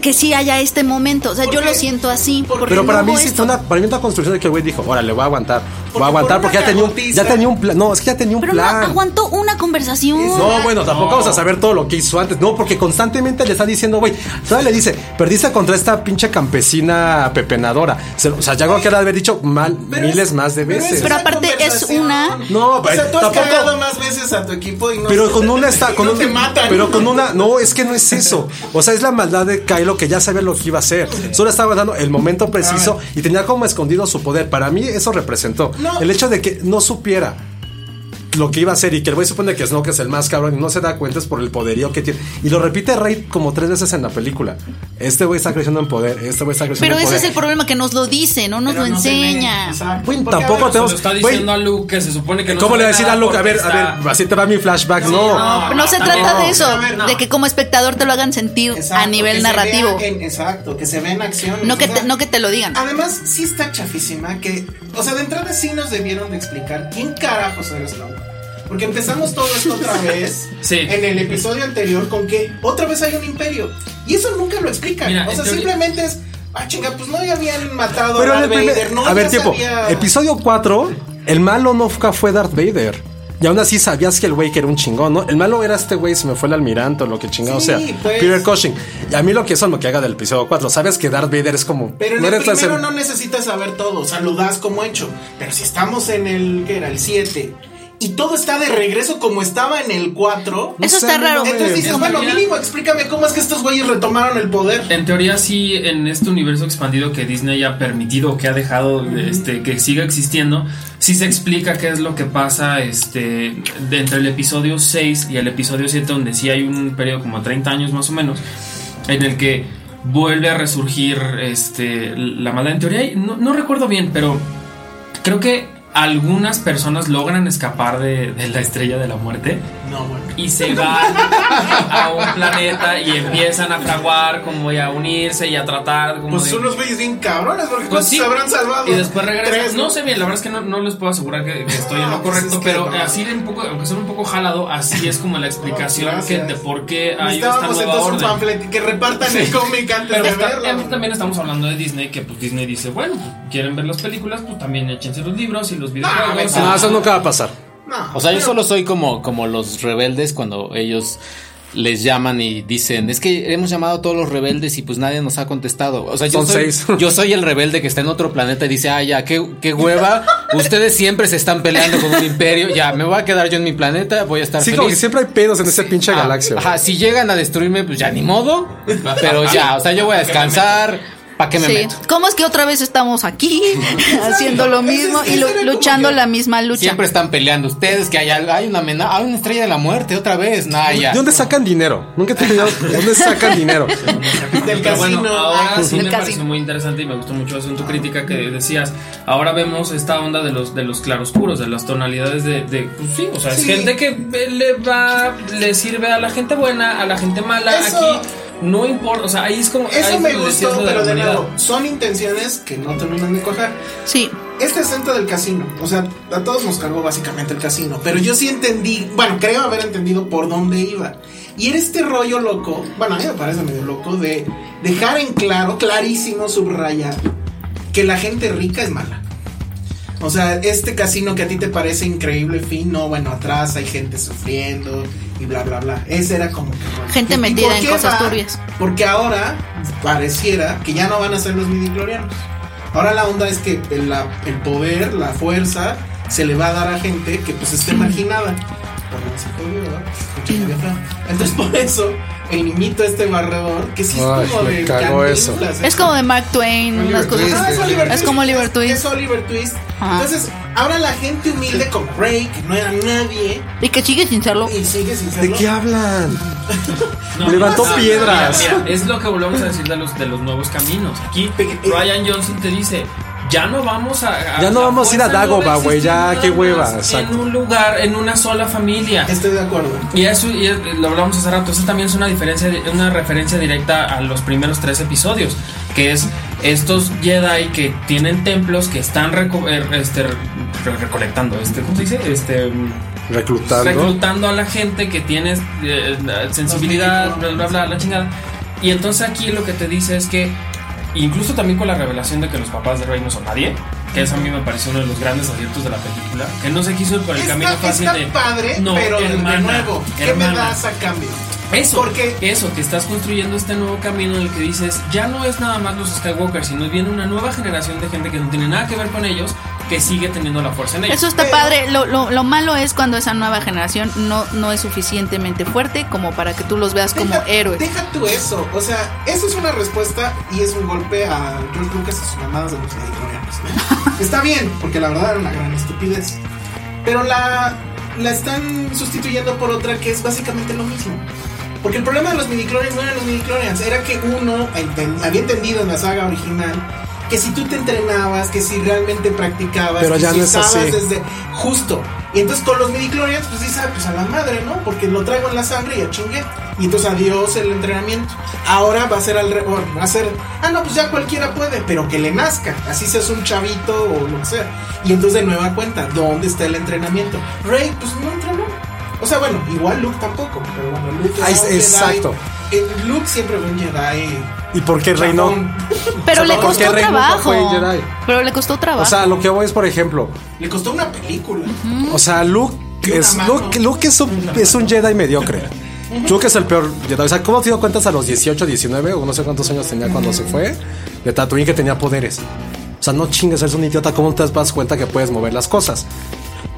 Speaker 3: que sí haya este momento. O sea, yo lo siento así. porque
Speaker 1: Pero para
Speaker 3: no
Speaker 1: mí
Speaker 3: hubo
Speaker 1: sí
Speaker 3: esto.
Speaker 1: fue una, para mí una construcción de que el güey dijo, órale, voy a aguantar, voy a aguantar
Speaker 4: por
Speaker 1: porque ya
Speaker 4: una
Speaker 1: tenía, un,
Speaker 4: cagotiza.
Speaker 1: ya tenía un plan. No, es que ya tenía un
Speaker 3: Pero no
Speaker 1: plan.
Speaker 3: aguantó una conversación.
Speaker 1: No, pues, bueno, tampoco vamos a saber todo lo que hizo antes. No, porque constantemente le están diciendo, güey, todavía le dice, perdiste contra esta pinche campesina pepenadora. Se- o sea, ya creo que le haber dicho mal
Speaker 4: Pero
Speaker 1: miles
Speaker 4: es-
Speaker 1: más de
Speaker 4: es
Speaker 1: veces.
Speaker 3: Pero
Speaker 4: una
Speaker 3: aparte es
Speaker 4: conversación.
Speaker 3: una-
Speaker 1: No,
Speaker 4: o sea, tú has
Speaker 1: tampoco-
Speaker 4: cagado más veces a tu equipo y no
Speaker 1: Pero con una está,
Speaker 4: y
Speaker 1: con
Speaker 4: no
Speaker 1: un-
Speaker 4: te matan.
Speaker 1: Pero con una, no, es que no es eso. O sea, es la maldad de Kylo que ya sabía lo que iba a hacer. Solo estaba dando el momento preciso y tenía como escondido su poder. Para mí eso representó
Speaker 4: No.
Speaker 1: el hecho de que no supiera lo que iba a hacer y que el güey supone que Snoke es el más cabrón y no se da cuenta es por el poderío que tiene. Y lo repite Rey como tres veces en la película. Este güey está creciendo en poder, este güey está creciendo
Speaker 3: Pero
Speaker 1: en
Speaker 3: ese
Speaker 1: poder.
Speaker 3: es el problema que nos lo dice, no nos
Speaker 4: Pero
Speaker 3: lo
Speaker 4: no se ve,
Speaker 3: enseña.
Speaker 4: exacto.
Speaker 1: Güey,
Speaker 4: Porque, a
Speaker 1: tampoco
Speaker 4: ver,
Speaker 5: Se lo
Speaker 1: tenemos-
Speaker 5: está
Speaker 1: Güey,
Speaker 5: diciendo a Luke que se supone que no
Speaker 1: ¿Cómo
Speaker 5: sabe
Speaker 1: le va a decir
Speaker 5: nada
Speaker 1: a Luke? A
Speaker 5: porque
Speaker 1: ver, a
Speaker 5: está-
Speaker 1: ver, así te va mi flashback. no.
Speaker 3: Pero no se
Speaker 5: No,
Speaker 3: trata de eso,
Speaker 4: a ver, no.
Speaker 3: de que como espectador te lo hagan sentir
Speaker 4: Exacto,
Speaker 3: a nivel
Speaker 4: que se
Speaker 3: narrativo.
Speaker 4: vea en- exacto, que se vea en acción.
Speaker 3: No que, te, no que te lo digan.
Speaker 4: Además, sí está chafísima que. O sea, de entrada sí nos debieron de explicar quién carajos eres Snoke. Porque empezamos todo esto otra vez
Speaker 5: Sí.
Speaker 4: en el episodio anterior con que otra vez hay un imperio. Y eso nunca lo explican.
Speaker 5: Mira,
Speaker 4: o sea,
Speaker 5: en teoría-
Speaker 4: simplemente es. Ah, chinga, pues no ya habían matado
Speaker 1: Pero
Speaker 4: a
Speaker 1: en
Speaker 4: Darth
Speaker 1: el primer-
Speaker 4: Vader, no
Speaker 1: a ver,
Speaker 4: ya
Speaker 1: tiempo.
Speaker 4: sabía-
Speaker 1: Episodio 4, el malo no fue, fue Darth Vader. Y aún así sabías que el güey que era un chingón, ¿no? El malo era este güey, se me fue el almirante o lo que chingado
Speaker 4: Sí,
Speaker 1: sea.
Speaker 4: pues.
Speaker 1: Peter Cushing. Y a mí lo que eso es lo que haga del episodio 4. Sabes que Darth Vader es como.
Speaker 4: Pero en
Speaker 1: no
Speaker 4: el
Speaker 1: eres tan
Speaker 4: primero
Speaker 1: sem-
Speaker 4: no necesitas saber todo, o sea, lo das como hecho. Pero si estamos en el, ¿qué era? El 7. Y todo está de regreso como estaba en el 4.
Speaker 3: Eso
Speaker 1: sé,
Speaker 3: está
Speaker 1: a mí
Speaker 3: raro.
Speaker 1: no me-
Speaker 4: Entonces dices,
Speaker 5: Es
Speaker 4: bueno,
Speaker 5: que-
Speaker 4: mínimo, explícame cómo es que estos güeyes retomaron el poder.
Speaker 5: En teoría sí, en este universo expandido que Disney ha permitido, que ha dejado este, que siga existiendo, sí se explica qué es lo que pasa este, de entre el episodio 6 y el episodio 7, donde sí hay un periodo como 30 años más o menos, en el que vuelve a resurgir este, la maldad. En teoría, no, no recuerdo bien, pero creo que algunas personas logran escapar de, de la estrella de la muerte
Speaker 4: No, bueno.
Speaker 5: y se van a un planeta y empiezan a fraguar, como y a unirse y a tratar. Como
Speaker 4: Pues
Speaker 5: de-
Speaker 4: son unos güeyes bien cabrones, porque
Speaker 5: Pues
Speaker 4: ¿cuántos
Speaker 5: sí.
Speaker 4: se habrán salvado?
Speaker 5: Y después regresan.
Speaker 4: Tres,
Speaker 5: no sé bien, la verdad es que no, no les puedo asegurar que, que estoy en lo
Speaker 4: No, pues
Speaker 5: correcto,
Speaker 4: es que
Speaker 5: pero
Speaker 4: no.
Speaker 5: así de un poco, aunque son un poco jalado, así es como la explicación que,
Speaker 4: gracias.
Speaker 5: de por qué hay esta
Speaker 4: Necesitábamos
Speaker 5: nueva
Speaker 4: entonces un
Speaker 5: orden.
Speaker 4: panfleto que repartan el cómic antes
Speaker 5: Pero
Speaker 4: de
Speaker 5: está-
Speaker 4: verlo.
Speaker 5: eh, también estamos hablando de Disney, que pues Disney dice, bueno, quieren ver las películas, pues también échense los libros y los
Speaker 4: a ver,
Speaker 5: videojuegos.
Speaker 1: No, eso nunca va a pasar.
Speaker 4: No,
Speaker 13: O sea, yo
Speaker 4: pero-
Speaker 13: solo soy como, como los rebeldes cuando ellos les llaman y dicen, es que hemos llamado a todos los rebeldes y pues nadie nos ha contestado. O sea, yo,
Speaker 1: Son
Speaker 13: soy,
Speaker 1: seis.
Speaker 13: yo soy el rebelde que está en otro planeta y dice, ah, ya, qué, qué hueva, ustedes siempre se están peleando con un imperio, ya, me voy a quedar yo en mi planeta, voy a estar
Speaker 1: Sí, como que
Speaker 13: feliz.
Speaker 1: siempre hay pedos en esa pinche
Speaker 13: Ah,
Speaker 1: galaxia.
Speaker 13: Ajá, si llegan a destruirme, pues ya ni modo. Pero ya, o sea, yo voy a descansar.
Speaker 14: ¿Para qué me
Speaker 3: Sí.
Speaker 14: meto?
Speaker 3: ¿Cómo es que otra vez estamos aquí haciendo lo mismo
Speaker 4: Ese-
Speaker 3: y
Speaker 4: ese
Speaker 3: lu-
Speaker 4: era como
Speaker 3: luchando
Speaker 4: yo.
Speaker 3: la misma lucha?
Speaker 14: Siempre están peleando ustedes, que hay, al- hay una mena- hay una estrella de la muerte otra vez. Nah, ya.
Speaker 1: ¿De dónde sacan dinero? Nunca te he entendido, ¿De dónde sacan dinero?
Speaker 4: Del
Speaker 5: Pero
Speaker 4: casino.
Speaker 5: bueno, ahora sí
Speaker 3: Del
Speaker 5: me
Speaker 3: casino.
Speaker 5: pareció muy interesante y me gustó mucho eso en tu crítica que decías. Ahora vemos esta onda de los de los claroscuros, de las tonalidades de, de- pues sí, o sea, es
Speaker 4: Sí.
Speaker 5: gente que le va, le sirve a la gente buena, a la gente mala.
Speaker 4: Eso-
Speaker 5: Aquí no importa, o sea, ahí es como ahí
Speaker 4: Eso
Speaker 5: es
Speaker 4: me
Speaker 5: donde decías
Speaker 4: gustó,
Speaker 5: lo la
Speaker 4: pero de
Speaker 5: humanidad.
Speaker 4: nuevo, son intenciones que no terminan de cuajar.
Speaker 3: Sí.
Speaker 4: Esta escena Este del casino, o sea, a todos nos cargó básicamente el casino, pero yo sí entendí, bueno, creo haber entendido por dónde iba. Y era este rollo loco, bueno, a mí me parece medio loco, de dejar en claro, clarísimo, subrayar, que la gente rica es mala. O sea, este casino que a ti te parece increíble, fino, bueno, atrás hay gente sufriendo y bla, bla, bla. Ese era como que... bueno,
Speaker 3: Gente
Speaker 4: ¿y- y
Speaker 3: metida
Speaker 4: por
Speaker 3: en
Speaker 4: qué
Speaker 3: cosas turbias.
Speaker 4: Porque ahora pareciera que ya no van a ser los midiclorianos. Ahora la onda es que el, la- el poder, la fuerza, se le va a dar a gente que pues esté marginada. Por no decir jodido, ¿verdad? Escucha, ya está. Entonces por eso, el niñito este barredor, que sí es
Speaker 1: Ay,
Speaker 4: como
Speaker 1: me
Speaker 4: de...
Speaker 1: cagó
Speaker 4: Cantinflas,
Speaker 1: eso.
Speaker 4: ¿eh?
Speaker 3: Es como de Mark Twain, unas cosas.
Speaker 4: Ah, es, Oliver
Speaker 3: Es como Oliver Twist.
Speaker 4: Es Oliver Twist.
Speaker 3: Ajá.
Speaker 4: Entonces, ahora la gente humilde como Ray, que no era nadie,
Speaker 3: Y que sigue sin serlo.
Speaker 4: y sigue sin
Speaker 1: ¿De
Speaker 4: serlo.
Speaker 1: qué hablan?
Speaker 5: No,
Speaker 1: Levantó
Speaker 5: mira,
Speaker 1: piedras.
Speaker 5: Mira, mira, es lo que volvemos a decir de los, de los nuevos caminos. Aquí Ryan Johnson te dice, ya no vamos a... a-
Speaker 1: Ya no
Speaker 5: la
Speaker 1: vamos a ir a
Speaker 5: fuerza no
Speaker 1: Dagobah,
Speaker 5: va
Speaker 1: güey,
Speaker 5: existir
Speaker 1: ya,
Speaker 5: nada
Speaker 1: Ah, qué hueva,
Speaker 5: más
Speaker 1: exacto.
Speaker 5: En un lugar, en una sola familia.
Speaker 4: Estoy de acuerdo.
Speaker 5: Y eso y es- lo hablamos hace rato, eso también es una diferencia, una referencia directa a los primeros tres episodios, que es estos Jedi que tienen templos que están reco- eh, este, re- recolectando, este, ¿cómo se dice? Este, mm,
Speaker 1: Reclutando.
Speaker 5: reclutando a la gente que tienes eh, la sensibilidad, bla, bla, bla, la chingada. Y entonces aquí lo que te dice es que, incluso también con la revelación de que los papás de Rey no son nadie, que eso a mí me pareció uno de los grandes aciertos de la película, que no se quiso ir por el camino
Speaker 4: Está,
Speaker 5: fácil
Speaker 4: está
Speaker 5: de.
Speaker 4: padre,
Speaker 5: no,
Speaker 4: pero de-
Speaker 5: hermana,
Speaker 4: de nuevo, ¿qué me
Speaker 5: hermana".
Speaker 4: das a cambio?
Speaker 5: Eso,
Speaker 4: Porque-
Speaker 5: eso, que estás construyendo este nuevo camino en el que dices, ya no es nada más los Skywalker, sino viene una nueva generación de gente que no tiene nada que ver con ellos, que sigue teniendo la fuerza en ellos.
Speaker 3: Eso está
Speaker 4: Pero-
Speaker 3: padre. Lo, lo- lo malo es cuando esa nueva generación no, no es suficientemente fuerte como para que tú los veas como
Speaker 4: Deja-
Speaker 3: héroes.
Speaker 4: Deja tú eso. O sea, eso es una respuesta y es un golpe a George Lucas y sus mamadas de los editoriales. Está bien, porque la verdad era una gran estupidez. Pero la, la están sustituyendo por otra que es básicamente lo mismo. Porque el problema de los midichlorians no eran los midichlorians, era que uno enten- había entendido en la saga original que si tú te entrenabas, que si realmente practicabas,
Speaker 1: Pero
Speaker 4: que
Speaker 1: ya
Speaker 4: si
Speaker 1: no es
Speaker 4: usabas
Speaker 1: así.
Speaker 4: desde justo. Y entonces con los midichlorians pues dices, "Ah, pues a la madre, ¿no? Porque lo traigo en la sangre y a chingue. Y entonces adiós el entrenamiento. Ahora va a ser al re- bueno, va a ser, ah, no, pues ya cualquiera puede, pero que le nazca. Así seas un chavito o lo que sea. Y entonces de nueva cuenta, ¿dónde está el entrenamiento? Rey, pues no entrenó. O sea, bueno, igual Luke tampoco, pero bueno, Luke
Speaker 1: Ah,
Speaker 4: era
Speaker 1: es-
Speaker 4: un Jedi.
Speaker 1: exacto.
Speaker 4: El Luke siempre fue un Jedi.
Speaker 1: ¿Y por qué Rey no?
Speaker 4: chafón.
Speaker 3: Pero le
Speaker 1: ¿por qué
Speaker 3: costó
Speaker 1: Rey nunca
Speaker 3: trabajo.
Speaker 1: fue Jedi?
Speaker 3: Pero le costó trabajo.
Speaker 1: O sea, lo que voy es, por ejemplo,
Speaker 4: Le costó una película.
Speaker 1: o sea, Luke
Speaker 4: Y una
Speaker 1: es,
Speaker 4: mano.
Speaker 1: Luke, Luke es, un, es un Jedi mediocre. Luke es el peor Jedi. O sea, ¿cómo te dio cuentas a los 18, 19 o no sé cuántos años tenía cuando se fue? De Tatooine que tenía poderes. O sea, no chingues, eres un idiota. ¿Cómo te das cuenta que puedes mover las cosas?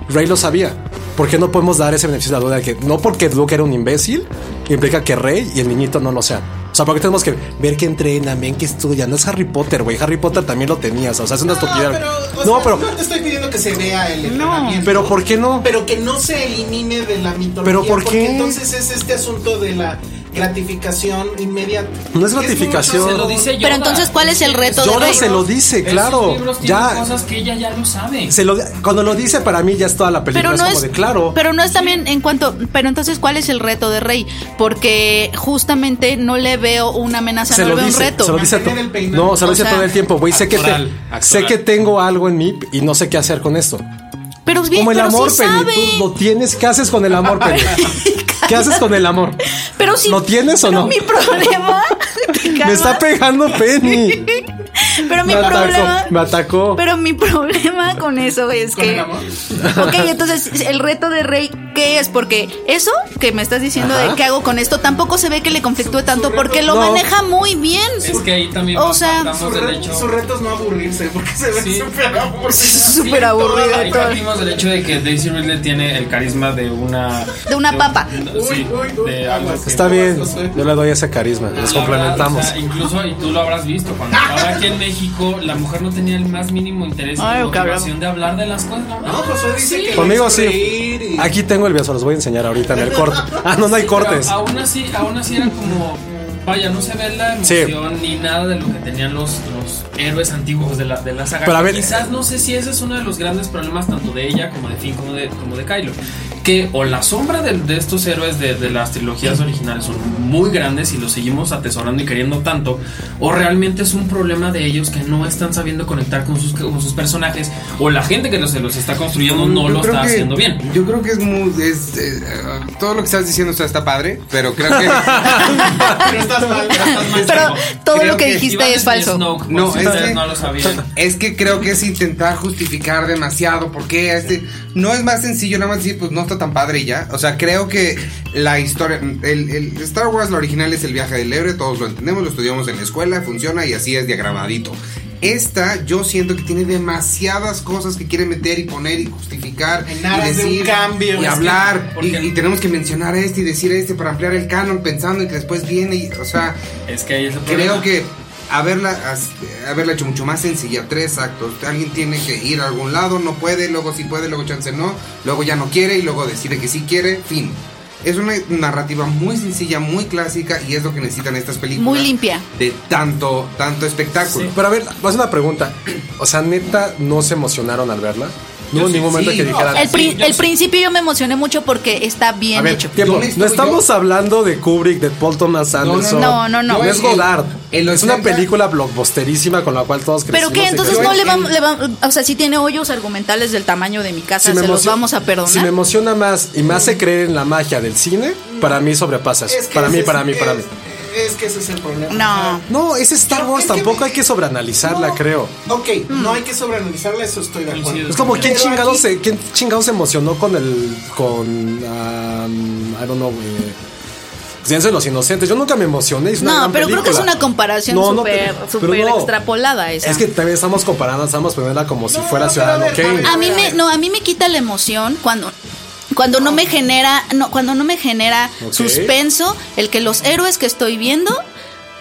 Speaker 1: Rey lo sabía. ¿Por qué no podemos dar ese beneficio de la duda? de Que no porque Luke era un imbécil, implica que Rey y el niñito no lo sean. O sea, porque tenemos que ver que entrenan, ven que estudian. No es Harry Potter, güey. Harry Potter también lo tenías. O sea, es una estupidez.
Speaker 4: o
Speaker 1: No,
Speaker 4: sea,
Speaker 1: pero,
Speaker 4: No te estoy pidiendo que se vea el entrenamiento.
Speaker 1: pero ¿por qué no?
Speaker 4: Pero que no se elimine de la mitología.
Speaker 1: ¿Pero por
Speaker 4: porque
Speaker 1: qué?
Speaker 4: entonces es este asunto de la gratificación inmediata.
Speaker 1: No es
Speaker 4: Que mucho-
Speaker 1: gratificación.
Speaker 5: Se lo dice
Speaker 3: Pero entonces, ¿cuál es el reto de
Speaker 1: Yoda
Speaker 3: Rey?
Speaker 1: se lo dice,
Speaker 5: Esos
Speaker 1: claro.
Speaker 5: libros tienen
Speaker 1: Ya.
Speaker 5: cosas que ella ya lo sabe.
Speaker 1: Se lo, cuando lo dice para mí ya es toda la película.
Speaker 3: pero
Speaker 1: es
Speaker 3: no
Speaker 1: como
Speaker 3: es
Speaker 1: de claro.
Speaker 3: pero no es también en cuanto pero entonces cuál es el reto de Rey porque justamente no le veo una amenaza
Speaker 1: se
Speaker 3: no
Speaker 1: lo
Speaker 3: le veo un
Speaker 1: dice,
Speaker 3: reto
Speaker 1: se lo dice to-
Speaker 4: Mantener el peinado.
Speaker 1: no, se lo
Speaker 3: O
Speaker 1: dice
Speaker 3: sea,
Speaker 1: todo el tiempo, güey. Sé que, te-
Speaker 14: actoral, actoral.
Speaker 1: sé que tengo algo en mí y no sé qué hacer con esto.
Speaker 3: pero bien
Speaker 1: Como el
Speaker 3: pero
Speaker 1: amor,
Speaker 3: sí
Speaker 1: Penny.
Speaker 3: sabe
Speaker 1: Tú lo tienes. ¿Qué haces con el amor, Penny? ¿Qué haces con el amor?
Speaker 3: pero si
Speaker 1: ¿Lo tienes o
Speaker 3: pero
Speaker 1: no?
Speaker 3: mi problema ¿Te
Speaker 1: Me
Speaker 3: calmas?
Speaker 1: está pegando Penny.
Speaker 3: pero mi
Speaker 1: me atacó,
Speaker 3: problema
Speaker 1: me atacó.
Speaker 3: pero mi problema con eso es
Speaker 4: ¿Con
Speaker 3: que
Speaker 4: el amor?
Speaker 3: ok entonces el reto de Rey qué es, porque eso que me estás diciendo de qué hago con esto tampoco se ve que le conflictúe tanto porque lo maneja muy bien.
Speaker 5: Es que ahí también
Speaker 3: O sea,
Speaker 5: faltamos
Speaker 4: Su,
Speaker 5: del
Speaker 4: re-
Speaker 5: hecho.
Speaker 4: su reto es no aburrirse, porque se ve
Speaker 5: Sí.
Speaker 4: súper aburrido.
Speaker 3: Es súper aburrido
Speaker 5: Ahí
Speaker 3: todo.
Speaker 5: partimos del hecho de que Daisy Ridley tiene el carisma de una.
Speaker 3: De una papa.
Speaker 5: sí,
Speaker 4: Uy, uy, uy,
Speaker 5: de algo
Speaker 4: aguas.
Speaker 5: que-
Speaker 2: Está bien,
Speaker 4: Yo sé.
Speaker 2: yo le doy ese carisma, nos
Speaker 5: La verdad,
Speaker 2: complementamos.
Speaker 5: o sea, incluso, y tú lo habrás visto, cuando estaba aquí en México, la mujer no tenía el más mínimo interés
Speaker 3: Ay,
Speaker 5: en
Speaker 3: cabrón.
Speaker 5: motivación de hablar de las cosas. No, pues,
Speaker 4: No, Josué dice que
Speaker 2: Conmigo
Speaker 4: hizo
Speaker 2: sí.
Speaker 4: reír y-
Speaker 2: Aquí tengo el video, se los voy a enseñar ahorita en el corte. Ah, no, no hay
Speaker 5: Pero
Speaker 2: cortes.
Speaker 5: Aún así, aún así era como. Vaya, no se ve la
Speaker 2: Sí.
Speaker 5: emoción ni nada de lo que tenían los, los héroes antiguos de la, de la saga.
Speaker 2: Pero a ver-
Speaker 5: Quizás no sé si ese es uno de los grandes problemas tanto de ella como de Finn como de, como de Kylo. Que o la sombra de, de estos héroes de, de las trilogías originales son muy grandes y los seguimos atesorando y queriendo tanto, o realmente es un problema de ellos que no están sabiendo conectar con sus, con sus personajes, o la gente que los, se los está construyendo no
Speaker 1: Yo
Speaker 5: lo
Speaker 1: creo
Speaker 5: está
Speaker 1: que-
Speaker 5: haciendo bien.
Speaker 1: Yo creo que es muy. es, eh, todo lo que estás diciendo está, está padre, pero creo que.
Speaker 4: Ah, Pero estás mal. estás mal.
Speaker 3: Pero todo
Speaker 1: Creo
Speaker 3: lo que
Speaker 1: que
Speaker 3: dijiste
Speaker 5: Iván
Speaker 3: es falso.
Speaker 5: Snoke, por
Speaker 1: No,
Speaker 5: si
Speaker 1: es
Speaker 5: ustedes
Speaker 1: que-
Speaker 5: no lo sabían.
Speaker 1: Es que creo que es intentar justificar demasiado porque este no es más sencillo nada más decir pues no está tan padre y ya. O sea, creo que la historia el, el Star Wars la original es el viaje del héroe, todos lo entendemos, lo estudiamos en la escuela, funciona y así es diagramadito. Esta yo siento que tiene demasiadas cosas que quiere meter y poner y justificar
Speaker 4: En
Speaker 1: y
Speaker 4: aras de un
Speaker 1: decir
Speaker 4: cambio. Es
Speaker 1: y
Speaker 4: que-
Speaker 1: hablar y,
Speaker 5: porque-
Speaker 1: y tenemos que mencionar a este y decir a este para ampliar el canon pensando en que después viene y o sea,
Speaker 5: Es que ahí es el
Speaker 1: Creo
Speaker 5: problema.
Speaker 1: que haberla, as- haberla hecho mucho más sencilla, tres actos. Alguien tiene que ir a algún lado, no puede, luego sí puede, luego chance no, luego ya no quiere y luego decide que sí quiere, fin. Es una narrativa muy sencilla, muy clásica y es lo que necesitan estas películas.
Speaker 3: Muy limpia.
Speaker 1: De tanto, tanto espectáculo.
Speaker 2: Pero a ver, vas a una pregunta. O sea, neta, ¿no se emocionaron al verla? No hubo
Speaker 1: sí,
Speaker 2: ningún momento
Speaker 1: sí,
Speaker 2: que
Speaker 1: no,
Speaker 2: dijeran.
Speaker 3: El, pri- el principio yo me emocioné mucho porque está
Speaker 2: A
Speaker 3: bien
Speaker 2: ver,
Speaker 3: hecho.
Speaker 2: tiempo,
Speaker 1: Yo me estuve-
Speaker 2: No estamos hablando de Kubrick, de Paul Thomas Anderson.
Speaker 3: no, no, no.
Speaker 2: es
Speaker 1: El-
Speaker 2: Godard.
Speaker 1: el
Speaker 2: es una
Speaker 1: 80
Speaker 2: película blockbusterísima con la cual todos
Speaker 3: Pero
Speaker 2: crecimos.
Speaker 3: que
Speaker 2: y
Speaker 3: entonces no
Speaker 2: crecimos.
Speaker 3: le vamos, le vam- o sea, si tiene hoyos argumentales del tamaño de mi casa,
Speaker 2: Si me
Speaker 3: se los
Speaker 2: emociona-
Speaker 3: vamos a
Speaker 2: Si me
Speaker 3: perdonar.
Speaker 2: emociona más y más se cree en la magia del cine, para mí sobrepasa eso.
Speaker 4: Es que
Speaker 2: para mí,
Speaker 4: ese
Speaker 2: para
Speaker 4: es-
Speaker 2: mí, para mí.
Speaker 4: Es, es que ese es el problema.
Speaker 3: No.
Speaker 2: No, es Star
Speaker 4: Yo-
Speaker 2: Wars,
Speaker 4: es que
Speaker 2: tampoco
Speaker 4: me-
Speaker 2: hay que sobreanalizarla,
Speaker 4: No.
Speaker 2: creo.
Speaker 4: Ok, no hay que sobreanalizarla, eso estoy de acuerdo.
Speaker 5: Coincido.
Speaker 2: Es como quién
Speaker 4: Pero
Speaker 2: chingados
Speaker 4: aquí-
Speaker 2: se, quién chingados se emocionó con el con um, I don't know, eh, Silencio de los Inocentes. Yo nunca me emocioné. es una
Speaker 3: No,
Speaker 2: gran
Speaker 3: pero creo que es
Speaker 2: película.
Speaker 3: una comparación súper-
Speaker 2: pero-
Speaker 3: súper
Speaker 2: pero
Speaker 3: extrapolada esa.
Speaker 2: Es que también estamos comparando, estamos poniéndola como si
Speaker 4: No,
Speaker 2: fuera
Speaker 4: no, pero
Speaker 2: Ciudadano
Speaker 4: a ver,
Speaker 2: Kane.
Speaker 4: ver.
Speaker 3: A mí me, no, a mí me quita la emoción cuando cuando no me genera, no, cuando no me genera
Speaker 2: Ok.
Speaker 3: suspenso el que los héroes que estoy viendo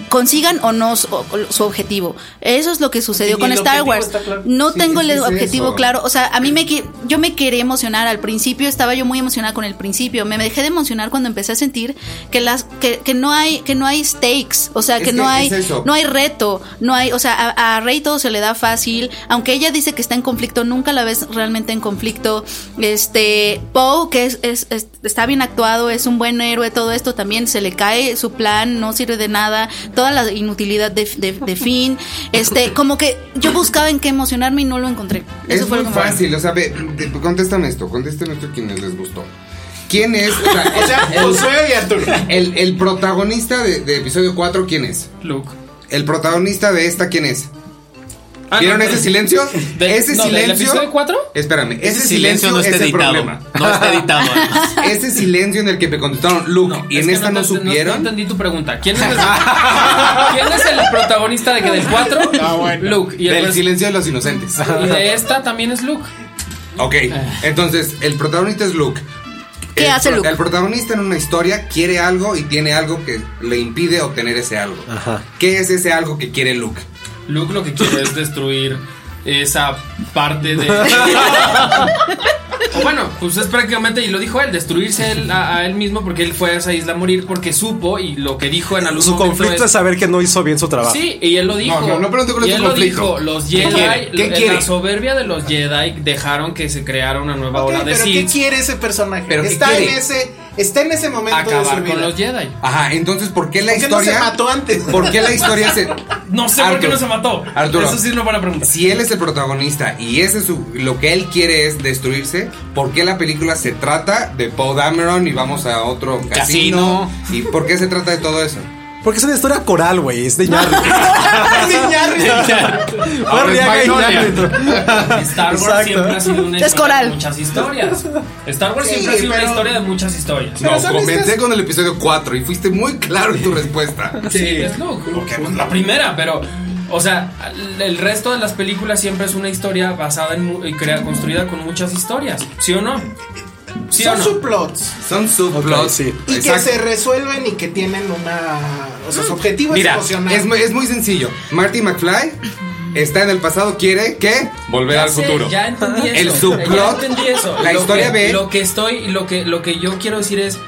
Speaker 3: consigan o no su, o- su objetivo. Eso es lo que sucedió
Speaker 4: Y
Speaker 3: con
Speaker 4: el
Speaker 3: Star
Speaker 4: objetivo
Speaker 3: Wars.
Speaker 4: está claro.
Speaker 3: No
Speaker 1: Sí,
Speaker 3: tengo
Speaker 1: es
Speaker 3: el
Speaker 1: que es
Speaker 3: objetivo
Speaker 1: eso.
Speaker 3: claro. O sea, a mí me qui- yo me quería emocionar al principio, estaba yo muy emocionada con el principio. Me dejé de emocionar cuando empecé a sentir que las que, que no hay que no hay stakes, o sea,
Speaker 1: Es
Speaker 3: que,
Speaker 1: que
Speaker 3: no
Speaker 1: es
Speaker 3: hay
Speaker 1: eso.
Speaker 3: no hay reto, no hay, o sea, a, a Rey todo se le da fácil, aunque ella dice que está en conflicto, nunca la ves realmente en conflicto. Este, Poe, que es, es- es- está bien actuado, es un buen héroe, todo esto también se le cae su plan, no sirve de nada, toda la inutilidad de, de, de Finn. Este, como que yo buscaba en qué emocionarme y no lo encontré. Eso
Speaker 1: es
Speaker 3: fue
Speaker 1: muy
Speaker 3: lo que me-
Speaker 1: fácil, o sea, ve, te- contéstame esto, contéstame esto a quienes les gustó. ¿Quién es? O sea,
Speaker 4: O sea,
Speaker 1: el-
Speaker 4: Josué y Arturo.
Speaker 1: el, el protagonista de, de episodio 4, ¿quién es?
Speaker 5: Luke.
Speaker 1: El protagonista de esta, ¿quién es?
Speaker 5: Ah,
Speaker 1: ¿Vieron
Speaker 5: no,
Speaker 1: ese
Speaker 5: pero-
Speaker 1: silencio?
Speaker 5: de-
Speaker 1: ese
Speaker 5: no, ¿del
Speaker 1: silencio.
Speaker 5: episodio cuatro?
Speaker 1: Espérame, ese,
Speaker 6: Ese silencio no está
Speaker 1: es el
Speaker 6: editado.
Speaker 1: problema.
Speaker 6: No está editado. además.
Speaker 1: Ese silencio en el que me contestaron Luke y
Speaker 5: es
Speaker 1: en
Speaker 5: que
Speaker 1: esta no,
Speaker 5: te- No,
Speaker 1: supieron.
Speaker 5: entendí tu pregunta. ¿Quién es el, ¿quién es el protagonista de que del 4?
Speaker 4: Ah,
Speaker 5: Luke. Y, el
Speaker 1: del
Speaker 5: vers-
Speaker 1: silencio de los inocentes.
Speaker 5: y de esta también es Luke.
Speaker 1: ok, entonces el protagonista es Luke.
Speaker 3: ¿Qué
Speaker 1: El
Speaker 3: hace
Speaker 1: pro-
Speaker 3: Luke?
Speaker 1: El protagonista en una historia quiere algo y tiene algo que le impide obtener ese algo. ¿Qué es ese algo que quiere Luke?
Speaker 5: Luke lo que quiere es destruir esa parte de. O bueno, pues es prácticamente, y lo dijo él, destruirse él, a, a él mismo porque él fue a esa isla a morir porque supo y lo que dijo en algún
Speaker 2: Su
Speaker 5: momento
Speaker 2: conflicto es saber que no hizo bien su trabajo.
Speaker 5: Sí, y él lo dijo.
Speaker 1: No, no, no pregunte cuál es
Speaker 5: y
Speaker 1: tu
Speaker 5: él
Speaker 1: conflicto.
Speaker 5: lo dijo. Los
Speaker 1: ¿Qué
Speaker 5: Jedi,
Speaker 1: quiere? ¿Qué
Speaker 5: la-
Speaker 1: quiere?
Speaker 5: la soberbia de los Jedi dejaron que se creara una nueva
Speaker 4: Ok,
Speaker 5: ola de
Speaker 4: pero ¿qué
Speaker 5: Sith.
Speaker 4: quiere ese personaje?
Speaker 1: ¿Pero qué
Speaker 4: está, en
Speaker 1: quiere?
Speaker 4: ese, está en ese momento de su
Speaker 5: acabar
Speaker 4: vida.
Speaker 5: con los Jedi.
Speaker 1: Ajá, entonces ¿por qué la
Speaker 4: ¿Por qué no
Speaker 1: historia?
Speaker 4: se mató antes?
Speaker 1: ¿Por qué la historia se.?
Speaker 5: No sé por qué
Speaker 1: Arturo,
Speaker 5: no se mató.
Speaker 1: Arturo.
Speaker 5: Eso sí es una buena pregunta.
Speaker 1: Si él es el protagonista y ese es su- lo que él quiere es destruirse, ¿por qué la película se trata de Poe Dameron y vamos a otro casino?
Speaker 6: Casino.
Speaker 1: ¿Y por qué se trata de todo eso?
Speaker 2: Porque es una historia coral, güey. Es de Ñarri. Fue
Speaker 1: Ahora es
Speaker 2: Arriaga y
Speaker 1: Magnolia.
Speaker 2: Ñarri.
Speaker 5: Star Wars
Speaker 2: Exacto.
Speaker 5: siempre ha sido una
Speaker 3: Es
Speaker 5: historia
Speaker 3: coral.
Speaker 5: de muchas historias. Star Wars
Speaker 4: Sí,
Speaker 5: siempre ha sido una
Speaker 4: pero-
Speaker 5: historia de muchas historias.
Speaker 4: Pero
Speaker 1: No,
Speaker 4: ¿sabes?
Speaker 1: comencé con el episodio 4 y fuiste muy claro en tu respuesta.
Speaker 5: Sí, es Luke. Pues la primera, pero. O sea, el resto de las películas siempre es una historia basada en. mu- y crea- construida con muchas historias. ¿Sí o no? ¿Sí o
Speaker 4: Son
Speaker 5: no?
Speaker 4: subplots.
Speaker 1: Son subplots.
Speaker 2: Ok, sí.
Speaker 4: Y que
Speaker 1: Exacto.
Speaker 4: se resuelven y que tienen una. O sea, su objetivo
Speaker 1: Mira,
Speaker 4: es emocional.
Speaker 1: es, muy- es muy sencillo. Marty McFly está en el pasado, quiere que volver
Speaker 5: Ya
Speaker 1: al
Speaker 5: sé,
Speaker 1: futuro.
Speaker 5: Ya entendí eso.
Speaker 1: El
Speaker 5: Ya
Speaker 1: subplot,
Speaker 5: entendí eso.
Speaker 1: la
Speaker 5: Lo
Speaker 1: historia
Speaker 5: que,
Speaker 1: B.
Speaker 5: Lo que estoy, lo que, lo que yo quiero decir es.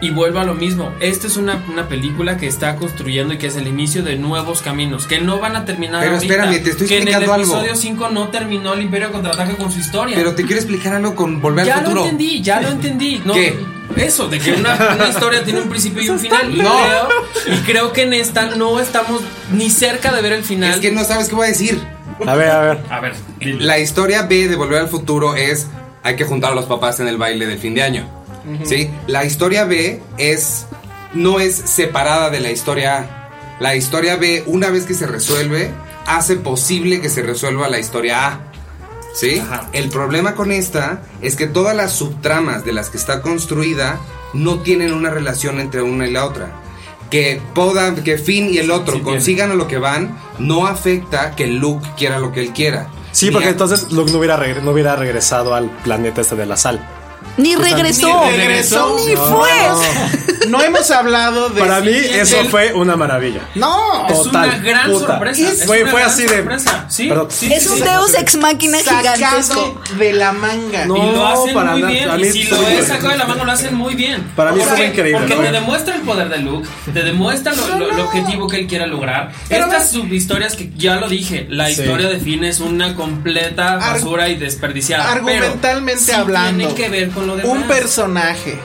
Speaker 5: Y vuelvo a lo mismo. Esta es una, una película que está construyendo y que es el inicio de nuevos caminos. Que no van a terminar.
Speaker 1: Pero
Speaker 5: ahorita,
Speaker 1: espérame, te estoy
Speaker 5: que
Speaker 1: explicando
Speaker 5: en el
Speaker 1: algo.
Speaker 5: episodio 5 no terminó el Imperio contraataca con su historia.
Speaker 1: Pero te quiero explicar algo con volver
Speaker 5: ya
Speaker 1: al futuro.
Speaker 5: lo entendí, ya lo entendí. No,
Speaker 1: ¿Qué?
Speaker 5: Eso, de que una, una historia tiene un principio y un final. No. y creo que en esta no estamos ni cerca de ver el final.
Speaker 1: Es que no sabes qué voy a decir.
Speaker 2: A ver, a ver.
Speaker 5: A ver, dilo.
Speaker 1: La historia B de Volver al Futuro es hay que juntar a los papás en el baile del fin de año. ¿Sí? La historia B es no es separada de la historia A. La historia B, una vez que se resuelve, hace posible que se resuelva la historia A. ¿Sí? El problema con esta es que todas las subtramas de las que está construida no tienen una relación entre una y la otra. Que Poda, que Finn y el otro consigan a lo que van, no afecta que Luke quiera lo que él quiera.
Speaker 2: Sí,
Speaker 1: Ni
Speaker 2: porque
Speaker 1: a-
Speaker 2: entonces Luke no hubiera, regre- no hubiera regresado al planeta este de la sal.
Speaker 3: Ni regresó.
Speaker 4: Ni regresó.
Speaker 3: Ni fue.
Speaker 4: No hemos hablado de.
Speaker 2: Para
Speaker 4: si
Speaker 2: mí,
Speaker 4: es
Speaker 2: eso
Speaker 4: el-
Speaker 2: fue una maravilla.
Speaker 4: No.
Speaker 5: Es una
Speaker 2: Total,
Speaker 5: gran
Speaker 2: puta.
Speaker 5: sorpresa.
Speaker 2: Es-
Speaker 5: es
Speaker 2: Güey,
Speaker 5: una
Speaker 2: fue
Speaker 5: gran
Speaker 2: así de-
Speaker 5: sorpresa. Sí,
Speaker 2: Perdón.
Speaker 5: sí, sí,
Speaker 3: Es un
Speaker 5: sí.
Speaker 3: Deus ex máquina
Speaker 4: Sacado
Speaker 3: gigantesco.
Speaker 4: de la manga.
Speaker 5: Y lo hacen
Speaker 2: para
Speaker 5: muy
Speaker 2: nada.
Speaker 5: bien.
Speaker 2: A mí
Speaker 5: Y si
Speaker 2: sí.
Speaker 5: lo es sacado de la mano, lo hacen muy bien.
Speaker 2: Para mí
Speaker 5: Porque-
Speaker 2: estuvo increíble,
Speaker 5: Porque
Speaker 2: ¿no?
Speaker 5: te demuestra el poder de Luke, te demuestra lo, lo- el objetivo que él quiera lograr.
Speaker 4: Pero
Speaker 5: Estas
Speaker 4: ve-
Speaker 5: subhistorias que ya lo dije, la
Speaker 2: Sí.
Speaker 5: historia de Finn es una completa
Speaker 4: Ar-
Speaker 5: basura y desperdiciada. pero
Speaker 4: Argumentalmente
Speaker 5: sí
Speaker 4: hablando,
Speaker 5: Tiene que ver con lo demás.
Speaker 4: un personaje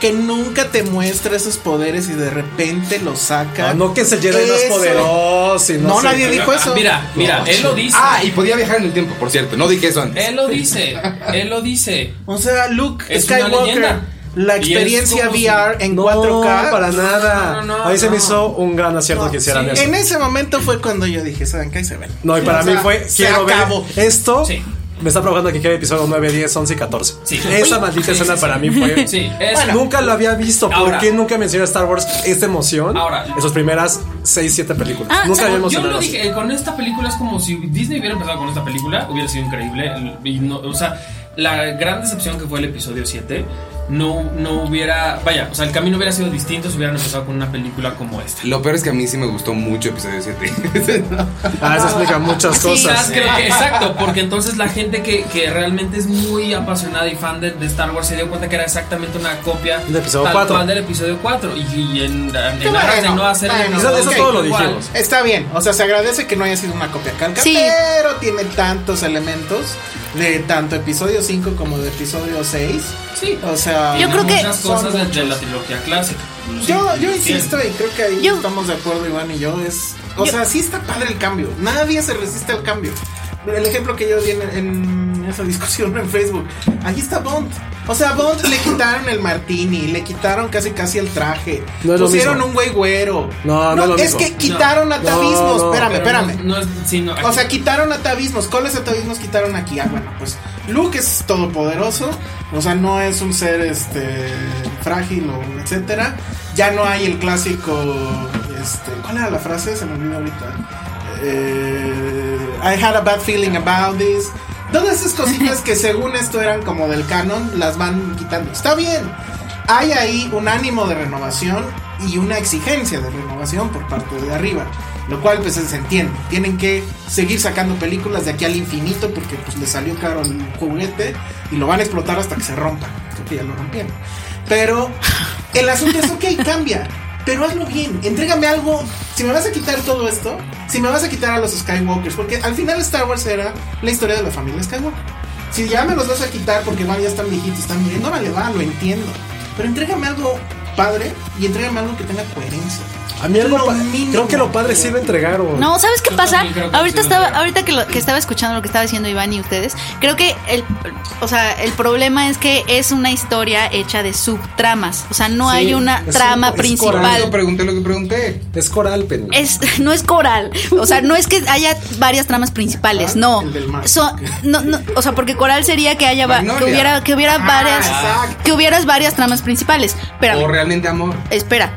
Speaker 4: que nunca te muestra esos poderes y de repente los saca.
Speaker 2: No, Ah, no que se Jedi más
Speaker 4: Eso.
Speaker 2: poderoso. y
Speaker 4: No,
Speaker 2: sé.
Speaker 4: nadie dijo
Speaker 5: Ah,
Speaker 4: eso.
Speaker 5: Mira, mira, él lo dice.
Speaker 1: Ah, y podía viajar en el tiempo, por cierto. No dije eso antes.
Speaker 5: Él lo dice. Él lo dice.
Speaker 4: O sea, Luke
Speaker 5: Es una
Speaker 4: Skywalker,
Speaker 5: leyenda.
Speaker 4: la
Speaker 5: Y es
Speaker 4: experiencia
Speaker 5: como si-
Speaker 4: VR en
Speaker 2: No,
Speaker 4: 4K.
Speaker 2: para nada.
Speaker 5: No, no, no,
Speaker 2: a mí se me
Speaker 5: no.
Speaker 2: hizo un gran acierto que hicieran
Speaker 5: sí.
Speaker 2: eso.
Speaker 4: En ese momento fue cuando yo dije, ¿saben qué? Ahí se ven.
Speaker 2: No, y para
Speaker 4: O
Speaker 2: mí
Speaker 4: sea,
Speaker 2: fue,
Speaker 4: se
Speaker 2: quiero
Speaker 4: acabó.
Speaker 2: ver esto.
Speaker 15: Eh,
Speaker 5: Sí.
Speaker 2: Me está probando que quiero episodio 9, 10, 11 y 14.
Speaker 5: Sí.
Speaker 2: Esa
Speaker 5: Uy.
Speaker 2: maldita
Speaker 5: Sí,
Speaker 2: escena
Speaker 5: sí,
Speaker 2: para
Speaker 5: sí.
Speaker 2: mí fue.
Speaker 5: Sí, es-
Speaker 2: Bueno, nunca lo había visto. ¿Por
Speaker 5: Ahora.
Speaker 2: qué nunca mencioné Star Wars esta emoción
Speaker 5: Ahora.
Speaker 2: en sus primeras 6, 7 películas?
Speaker 3: Ah,
Speaker 2: nunca
Speaker 3: ah,
Speaker 2: había
Speaker 5: Yo
Speaker 2: emocionado.
Speaker 5: lo
Speaker 2: así.
Speaker 5: dije, eh, con esta película es como si Disney hubiera empezado con esta película, hubiera sido increíble. el- y no- o sea, la gran decepción que fue el episodio 7, no, no hubiera, vaya, o sea, el camino hubiera sido distinto si hubieran empezado con una película como esta.
Speaker 1: Lo peor es que a mí sí me gustó mucho episodio 7.
Speaker 2: Ah, eso explica muchas
Speaker 5: Quizás
Speaker 2: cosas.
Speaker 5: creo que- exacto, porque entonces la gente que, que realmente es muy apasionada y fan de, de Star Wars se dio cuenta que era exactamente una copia
Speaker 2: Del episodio
Speaker 5: tal
Speaker 2: cuatro.
Speaker 5: cual del episodio 4. Y, y en, en aras de
Speaker 4: bueno,
Speaker 5: no hacer el
Speaker 4: bueno,
Speaker 2: Eso,
Speaker 5: episodio
Speaker 2: eso
Speaker 4: Ok,
Speaker 2: todo lo
Speaker 5: igual,
Speaker 2: dijimos.
Speaker 4: Está bien, o sea, se agradece que no haya sido una copia calca,
Speaker 3: Sí.
Speaker 4: pero tiene tantos elementos de tanto episodio 5 como de episodio 6.
Speaker 5: Sí.
Speaker 4: O sea,
Speaker 3: Yo
Speaker 5: Tiene
Speaker 3: creo que
Speaker 5: muchas cosas
Speaker 4: son
Speaker 5: de, de la trilogía clásica. Sí,
Speaker 4: yo, yo
Speaker 5: sí.
Speaker 4: insisto y creo que ahí
Speaker 3: Yo-
Speaker 4: estamos de acuerdo Iván y yo es, o
Speaker 3: Yo-
Speaker 4: sea, sí está padre el cambio, nadie se resiste al cambio. El ejemplo que yo di en, en esa discusión en Facebook, ahí está Bond. O sea, a Bond le quitaron el martini, le quitaron casi casi el traje,
Speaker 2: No es lo
Speaker 4: pusieron
Speaker 2: mismo.
Speaker 4: un güey güero.
Speaker 2: No, no es lo
Speaker 4: es
Speaker 2: mismo.
Speaker 4: que quitaron
Speaker 2: No,
Speaker 4: atavismos,
Speaker 2: no,
Speaker 4: espérame,
Speaker 5: Pero
Speaker 4: espérame.
Speaker 5: No, no es- sí, no,
Speaker 4: O
Speaker 5: aquí-
Speaker 4: sea, quitaron atavismos. ¿Cuáles atavismos quitaron aquí? Ah, bueno, pues Luke es todopoderoso. O sea, no es un ser este frágil o etcétera. Ya no hay el clásico. Este, ¿Cuál era la frase? Se me olvidó ahorita. Eh, I had a bad feeling about this. Todas esas cositas que según esto eran como del canon, las van quitando. Está bien. Hay ahí un ánimo de renovación y una exigencia de renovación por parte de arriba. Lo cual pues se entiende. Tienen que seguir sacando películas de aquí al infinito porque pues les salió caro el juguete y lo van a explotar hasta que se rompa. Creo que ya lo rompieron. Pero el asunto es, ok, cambia. Pero hazlo bien. Entrégame algo. Si me vas a quitar todo esto, si me vas a quitar a los Skywalkers, porque al final Star Wars era la historia de la familia Skywalker. Si ya me los vas a quitar porque van, ya están viejitos, están muriendo, vale, va, lo entiendo. Pero entrégame algo padre y entrégame algo que tenga coherencia.
Speaker 15: A mí algo
Speaker 4: Lo
Speaker 15: pa-
Speaker 4: mínimo.
Speaker 15: creo que lo padre sí lo entregaron.
Speaker 3: No, ¿sabes qué
Speaker 1: Yo
Speaker 3: pasa?
Speaker 1: también creo que
Speaker 3: Ahorita
Speaker 1: sí,
Speaker 3: estaba,
Speaker 1: claro.
Speaker 3: ahorita que, lo- que estaba escuchando lo que estaba diciendo Iván y ustedes, creo que el, o sea, el problema es que es una historia hecha de subtramas. O sea, no
Speaker 15: Sí,
Speaker 3: hay una
Speaker 15: es
Speaker 3: trama
Speaker 15: un- es
Speaker 3: principal.
Speaker 16: Yo pregunté lo que pregunté.
Speaker 15: Es coral, pero
Speaker 3: Es, no es coral. O sea, no es que haya varias tramas
Speaker 16: Ah,
Speaker 3: principales, no.
Speaker 4: el del mar.
Speaker 3: So- no, no, O sea, porque coral sería que haya va- que
Speaker 16: Magnolia.
Speaker 3: hubiera, que hubiera
Speaker 16: Ah,
Speaker 3: varias.
Speaker 16: exacto.
Speaker 3: Que hubieras varias tramas principales. Pero
Speaker 16: O realmente amor.
Speaker 3: espera.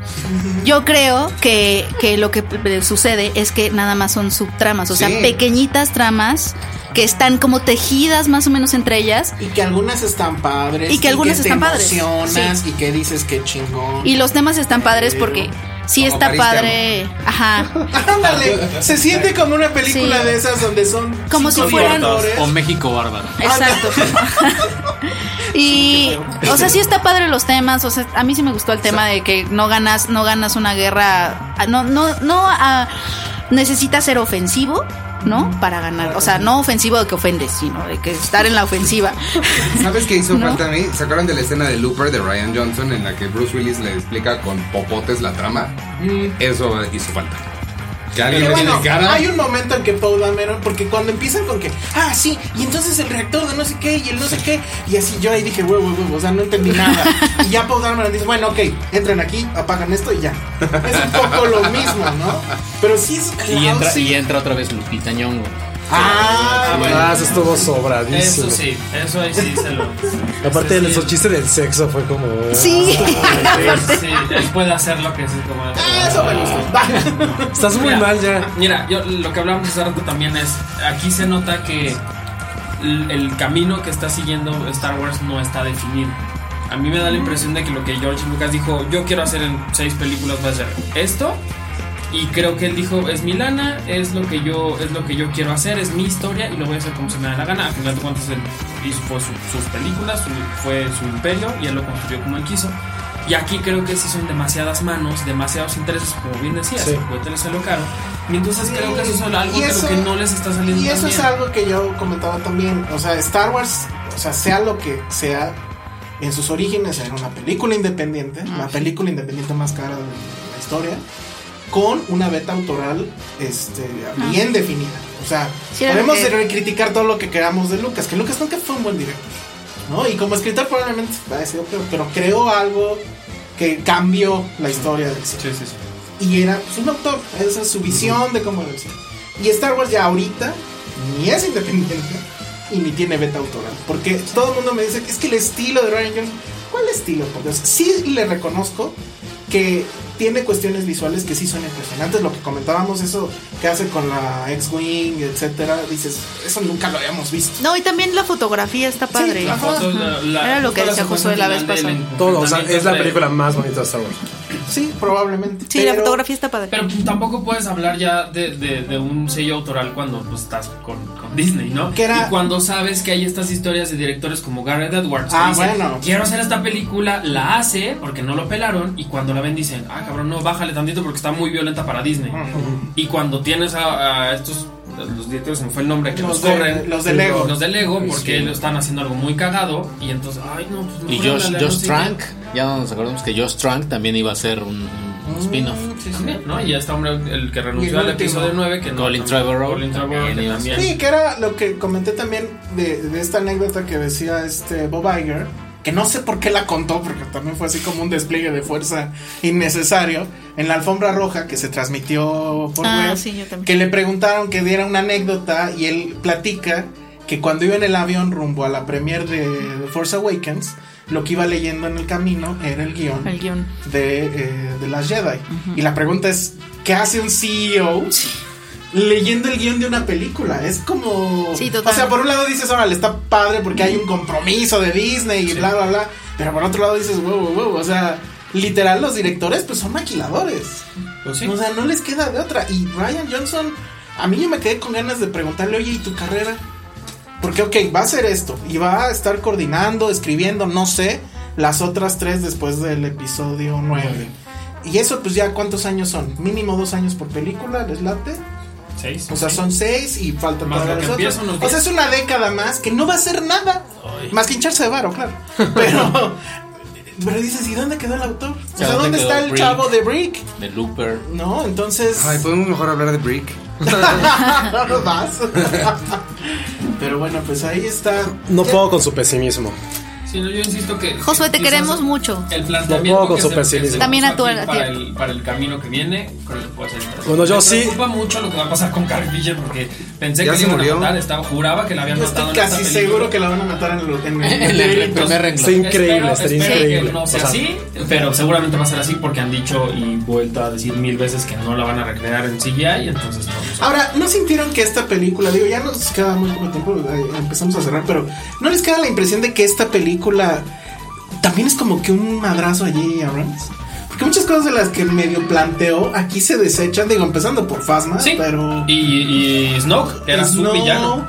Speaker 3: Yo creo que, que lo que p- sucede es que nada más son subtramas, o
Speaker 16: Sí.
Speaker 3: sea, pequeñitas tramas que están como tejidas más o menos entre ellas.
Speaker 4: Y que algunas están padres.
Speaker 3: Y que algunas
Speaker 4: te
Speaker 3: están padres,
Speaker 4: emocionas,
Speaker 3: sí.
Speaker 4: Y que dices que chingón.
Speaker 3: Y los temas están padres porque sí
Speaker 16: Como
Speaker 3: está
Speaker 16: París, Ah,
Speaker 3: padre. Ajá.
Speaker 4: Ándale, se siente como una película
Speaker 3: Sí.
Speaker 4: de esas donde son
Speaker 3: Como
Speaker 4: cinco
Speaker 3: si fueran-
Speaker 4: actores.
Speaker 5: O México bárbaro.
Speaker 3: Exacto. y o sea, sí está padre los temas, o sea, a mí sí me gustó el tema de que no ganas no ganas una guerra, ah, no no no ah, necesitas ser ofensivo. ¿No? Para ganar. O sea, no ofensivo de que ofendes, sino de que estar en la ofensiva.
Speaker 16: ¿Sabes qué hizo
Speaker 3: No.
Speaker 16: falta a mí? ¿Se acuerdan de la escena de Looper de Ryan Johnson en la que Bruce Willis le explica con popotes la trama? Eso hizo falta. Que alguien
Speaker 4: Y
Speaker 16: le
Speaker 4: Mm. bueno,
Speaker 16: explicara.
Speaker 4: hay un momento en que Paul Dameron, porque cuando empiezan con que, ah, sí, y entonces el reactor de no sé qué y el no sé qué, y así yo ahí dije, huevo, huevo, o sea, no entendí nada. y ya Paul Dameron dice, bueno, ok, entran aquí, apagan esto y ya. Es un poco lo mismo, ¿no? Pero sí es.
Speaker 5: Y entra,
Speaker 4: lousy.
Speaker 5: y entra otra vez Lupita Nyong'o.
Speaker 4: Ah, bueno.
Speaker 15: Ah, eso estuvo sobradísimo.
Speaker 1: Eso sí, eso ahí sí se lo.
Speaker 15: Aparte de
Speaker 1: sí,
Speaker 15: esos chistes del sexo fue como
Speaker 3: Sí.
Speaker 1: Sí, él puede hacer lo que es como.
Speaker 4: Ah, Eso me gustó.
Speaker 15: Estás muy
Speaker 1: Mira,
Speaker 15: mal ya.
Speaker 1: Mira, yo lo que hablábamos hace rato también es, aquí se nota que el, el camino que está siguiendo Star Wars no está definido. A mí me da la impresión de que lo que George Lucas dijo, yo quiero hacer en seis películas va a ser esto. Y creo que él dijo, es mi lana, es lo que yo, es lo que yo quiero hacer, es mi historia y lo voy a hacer como se me da la gana. Al final de cuentas él hizo fue su- sus películas, su- fue su imperio y él lo construyó como él quiso. Y aquí creo que sí son demasiadas manos, demasiados intereses, como bien decías,
Speaker 15: Sí.
Speaker 1: el juguete le salió caro. Y entonces creo que eso es algo
Speaker 4: Y
Speaker 1: de
Speaker 4: eso-
Speaker 1: lo que no les está saliendo
Speaker 4: Y eso
Speaker 1: tan
Speaker 4: es
Speaker 1: bien.
Speaker 4: algo que yo comentaba también. O sea, Star Wars, o sea, sea lo que sea, en sus orígenes era una película independiente,
Speaker 3: Ah,
Speaker 4: la película independiente más cara de la historia, con una beta autoral este, bien definida. O sea,
Speaker 3: Ah, Sí, era
Speaker 4: podemos
Speaker 3: lo que-
Speaker 4: criticar todo lo que queramos de Lucas, que Lucas nunca fue un buen director. ¿no? Y como escritor probablemente ha sido peor, pero creó algo que cambió la historia del cine
Speaker 1: Sí, sí, sí.
Speaker 4: y era pues, un autor, esa es su visión de cómo debe ser. Y Star Wars ya ahorita ni es independiente y ni tiene beta autoral, porque todo el mundo me dice es que el estilo de Ryan Johnson, ¿cuál estilo? Por Dios? sí le reconozco que tiene cuestiones visuales que sí son impresionantes, lo que comentábamos eso que hace con la X-Wing, etcétera, dices, eso nunca lo habíamos visto.
Speaker 3: No, y también la fotografía está padre.
Speaker 1: La foto, la- la-
Speaker 3: Era lo
Speaker 1: justo
Speaker 3: que decía
Speaker 1: secuencia
Speaker 3: Josué la vez
Speaker 1: final del
Speaker 3: pasada.
Speaker 15: Todo, o sea, es la
Speaker 1: de-
Speaker 15: película más bonita de Star Wars.
Speaker 4: Sí, probablemente.
Speaker 3: Sí, la
Speaker 4: pero-
Speaker 3: fotografía está padre.
Speaker 1: Pero tampoco puedes hablar ya de, de- de un sello autoral cuando pues, estás con, con Disney, ¿no?
Speaker 4: Que era-
Speaker 1: Y cuando sabes que hay estas historias de directores como Garrett Edwards. que
Speaker 4: Ah,
Speaker 1: dicen,
Speaker 4: bueno.
Speaker 1: Quiero hacer esta película, la hace porque no lo pelaron y cuando la ven dicen, ah, cabrón, no, bájale tantito porque está muy violenta para Disney. Y cuando tienes a, a estos... Los directores, se me fue el nombre, que los,
Speaker 4: Los de-
Speaker 1: corren.
Speaker 4: los de Lego.
Speaker 1: Los de Lego, porque
Speaker 15: Sí.
Speaker 1: ellos están haciendo algo muy cagado. Y entonces, ay, no, pues
Speaker 5: Y
Speaker 1: mejor
Speaker 5: Josh,
Speaker 1: háblale a no
Speaker 5: Josh
Speaker 1: sé
Speaker 5: Trank,
Speaker 1: qué.
Speaker 5: ya no nos acordamos que Josh Trank también iba a ser un, un spin-off.
Speaker 4: Mm,
Speaker 1: Sí, también, ¿no? Y ya está hombre el que
Speaker 4: Y el
Speaker 1: renunció al
Speaker 4: último.
Speaker 1: episodio 9 que no,
Speaker 5: Colin
Speaker 1: también-
Speaker 5: Trevorrow
Speaker 1: Colin Trevorrow
Speaker 5: también
Speaker 1: que
Speaker 5: iba a
Speaker 1: también.
Speaker 4: Sí, que era lo que comenté también de, de esta anécdota que decía este Bob Iger, que no sé por qué la contó, porque también fue así como un despliegue de fuerza innecesario, en la alfombra roja que se transmitió por
Speaker 3: Ah,
Speaker 4: web,
Speaker 3: sí, yo también.
Speaker 4: que le preguntaron que diera una anécdota y él platica que cuando iba en el avión rumbo a la premier de Force Awakens, lo que iba leyendo en el camino era el guión
Speaker 3: El guión.
Speaker 4: de, eh, de las Jedi. Y la pregunta es, ¿qué hace un CEO leyendo el guión de una película? Es como...
Speaker 3: Sí, total.
Speaker 4: O sea, por un lado dices, órale, está padre porque hay un compromiso de Disney y bla, bla, bla. Pero por otro lado dices, wow, wow, wow. O sea, literal los directores pues son maquiladores.
Speaker 1: Pues sí.
Speaker 4: O sea, no les queda de otra. Y Ryan Johnson, a mí yo me quedé con ganas de preguntarle, oye, ¿y tu carrera? Porque, ok, va a ser esto. Y va a estar coordinando, escribiendo, no sé, las otras tres después del episodio 9. Y eso, pues ya, ¿cuántos años son? Mínimo dos años por película, les late.
Speaker 1: Seis.
Speaker 4: O sea, son seis y faltan
Speaker 1: Más
Speaker 4: todavía
Speaker 1: lo que
Speaker 4: las otras.
Speaker 1: empieza, unos
Speaker 4: O sea,
Speaker 1: diez.
Speaker 4: es una década más que no va a ser nada. Más que hincharse de varo, claro. Pero Pero dices, ¿y dónde quedó el autor? O sea,
Speaker 6: ¿dónde
Speaker 4: ¿dónde
Speaker 6: quedó
Speaker 4: está el
Speaker 6: Brick?
Speaker 4: chavo de Brick?
Speaker 6: de Looper.
Speaker 4: No, entonces.
Speaker 1: Ay, podemos mejor hablar de Brick.
Speaker 4: no lo vas. Pero bueno, pues ahí está.
Speaker 2: No puedo con su pesimismo.
Speaker 5: Sí, no, yo insisto que.
Speaker 3: Josué, te
Speaker 5: quizás
Speaker 3: queremos mucho.
Speaker 5: El planteamiento
Speaker 2: Lo poco
Speaker 5: que se- que se
Speaker 2: supercinismo.
Speaker 5: puso
Speaker 3: También a
Speaker 5: aquí
Speaker 3: tu- a
Speaker 5: para
Speaker 3: ti.
Speaker 5: el, para el camino que viene, creo que puede ser interesante.
Speaker 2: Bueno, yo
Speaker 5: Me
Speaker 2: sí-
Speaker 5: preocupa mucho lo que va a pasar con Carrie Fisher porque pensé
Speaker 1: Ya
Speaker 5: que
Speaker 1: se
Speaker 5: le iban
Speaker 1: murió.
Speaker 5: a matar, estaba, juraba que la habían
Speaker 4: Yo
Speaker 5: matado.
Speaker 4: estoy
Speaker 5: en esta
Speaker 4: casi
Speaker 5: película.
Speaker 4: seguro que la van a matar en el. En
Speaker 6: El,
Speaker 4: el-
Speaker 6: el primer
Speaker 2: Está
Speaker 6: renglón.
Speaker 2: increíble, está
Speaker 5: Espero- espero
Speaker 2: increíble.
Speaker 5: que no sea
Speaker 2: O sea,
Speaker 5: así, pero seguramente va a ser así porque han dicho y vuelto a decir mil veces que no la van a recrear en CGI, entonces no. no sé.
Speaker 4: Ahora, ¿no sintieron que esta película, digo, ya nos queda muy poco tiempo, eh, empezamos a cerrar, pero ¿no les queda la impresión de que esta película también es como que un madrazo allí, Abrams? Porque muchas cosas de las que medio planteó aquí se desechan, digo, empezando por Fasma,
Speaker 5: Sí,
Speaker 4: pero...
Speaker 5: y, y Snoke, que era su
Speaker 4: Snoke,
Speaker 5: villano.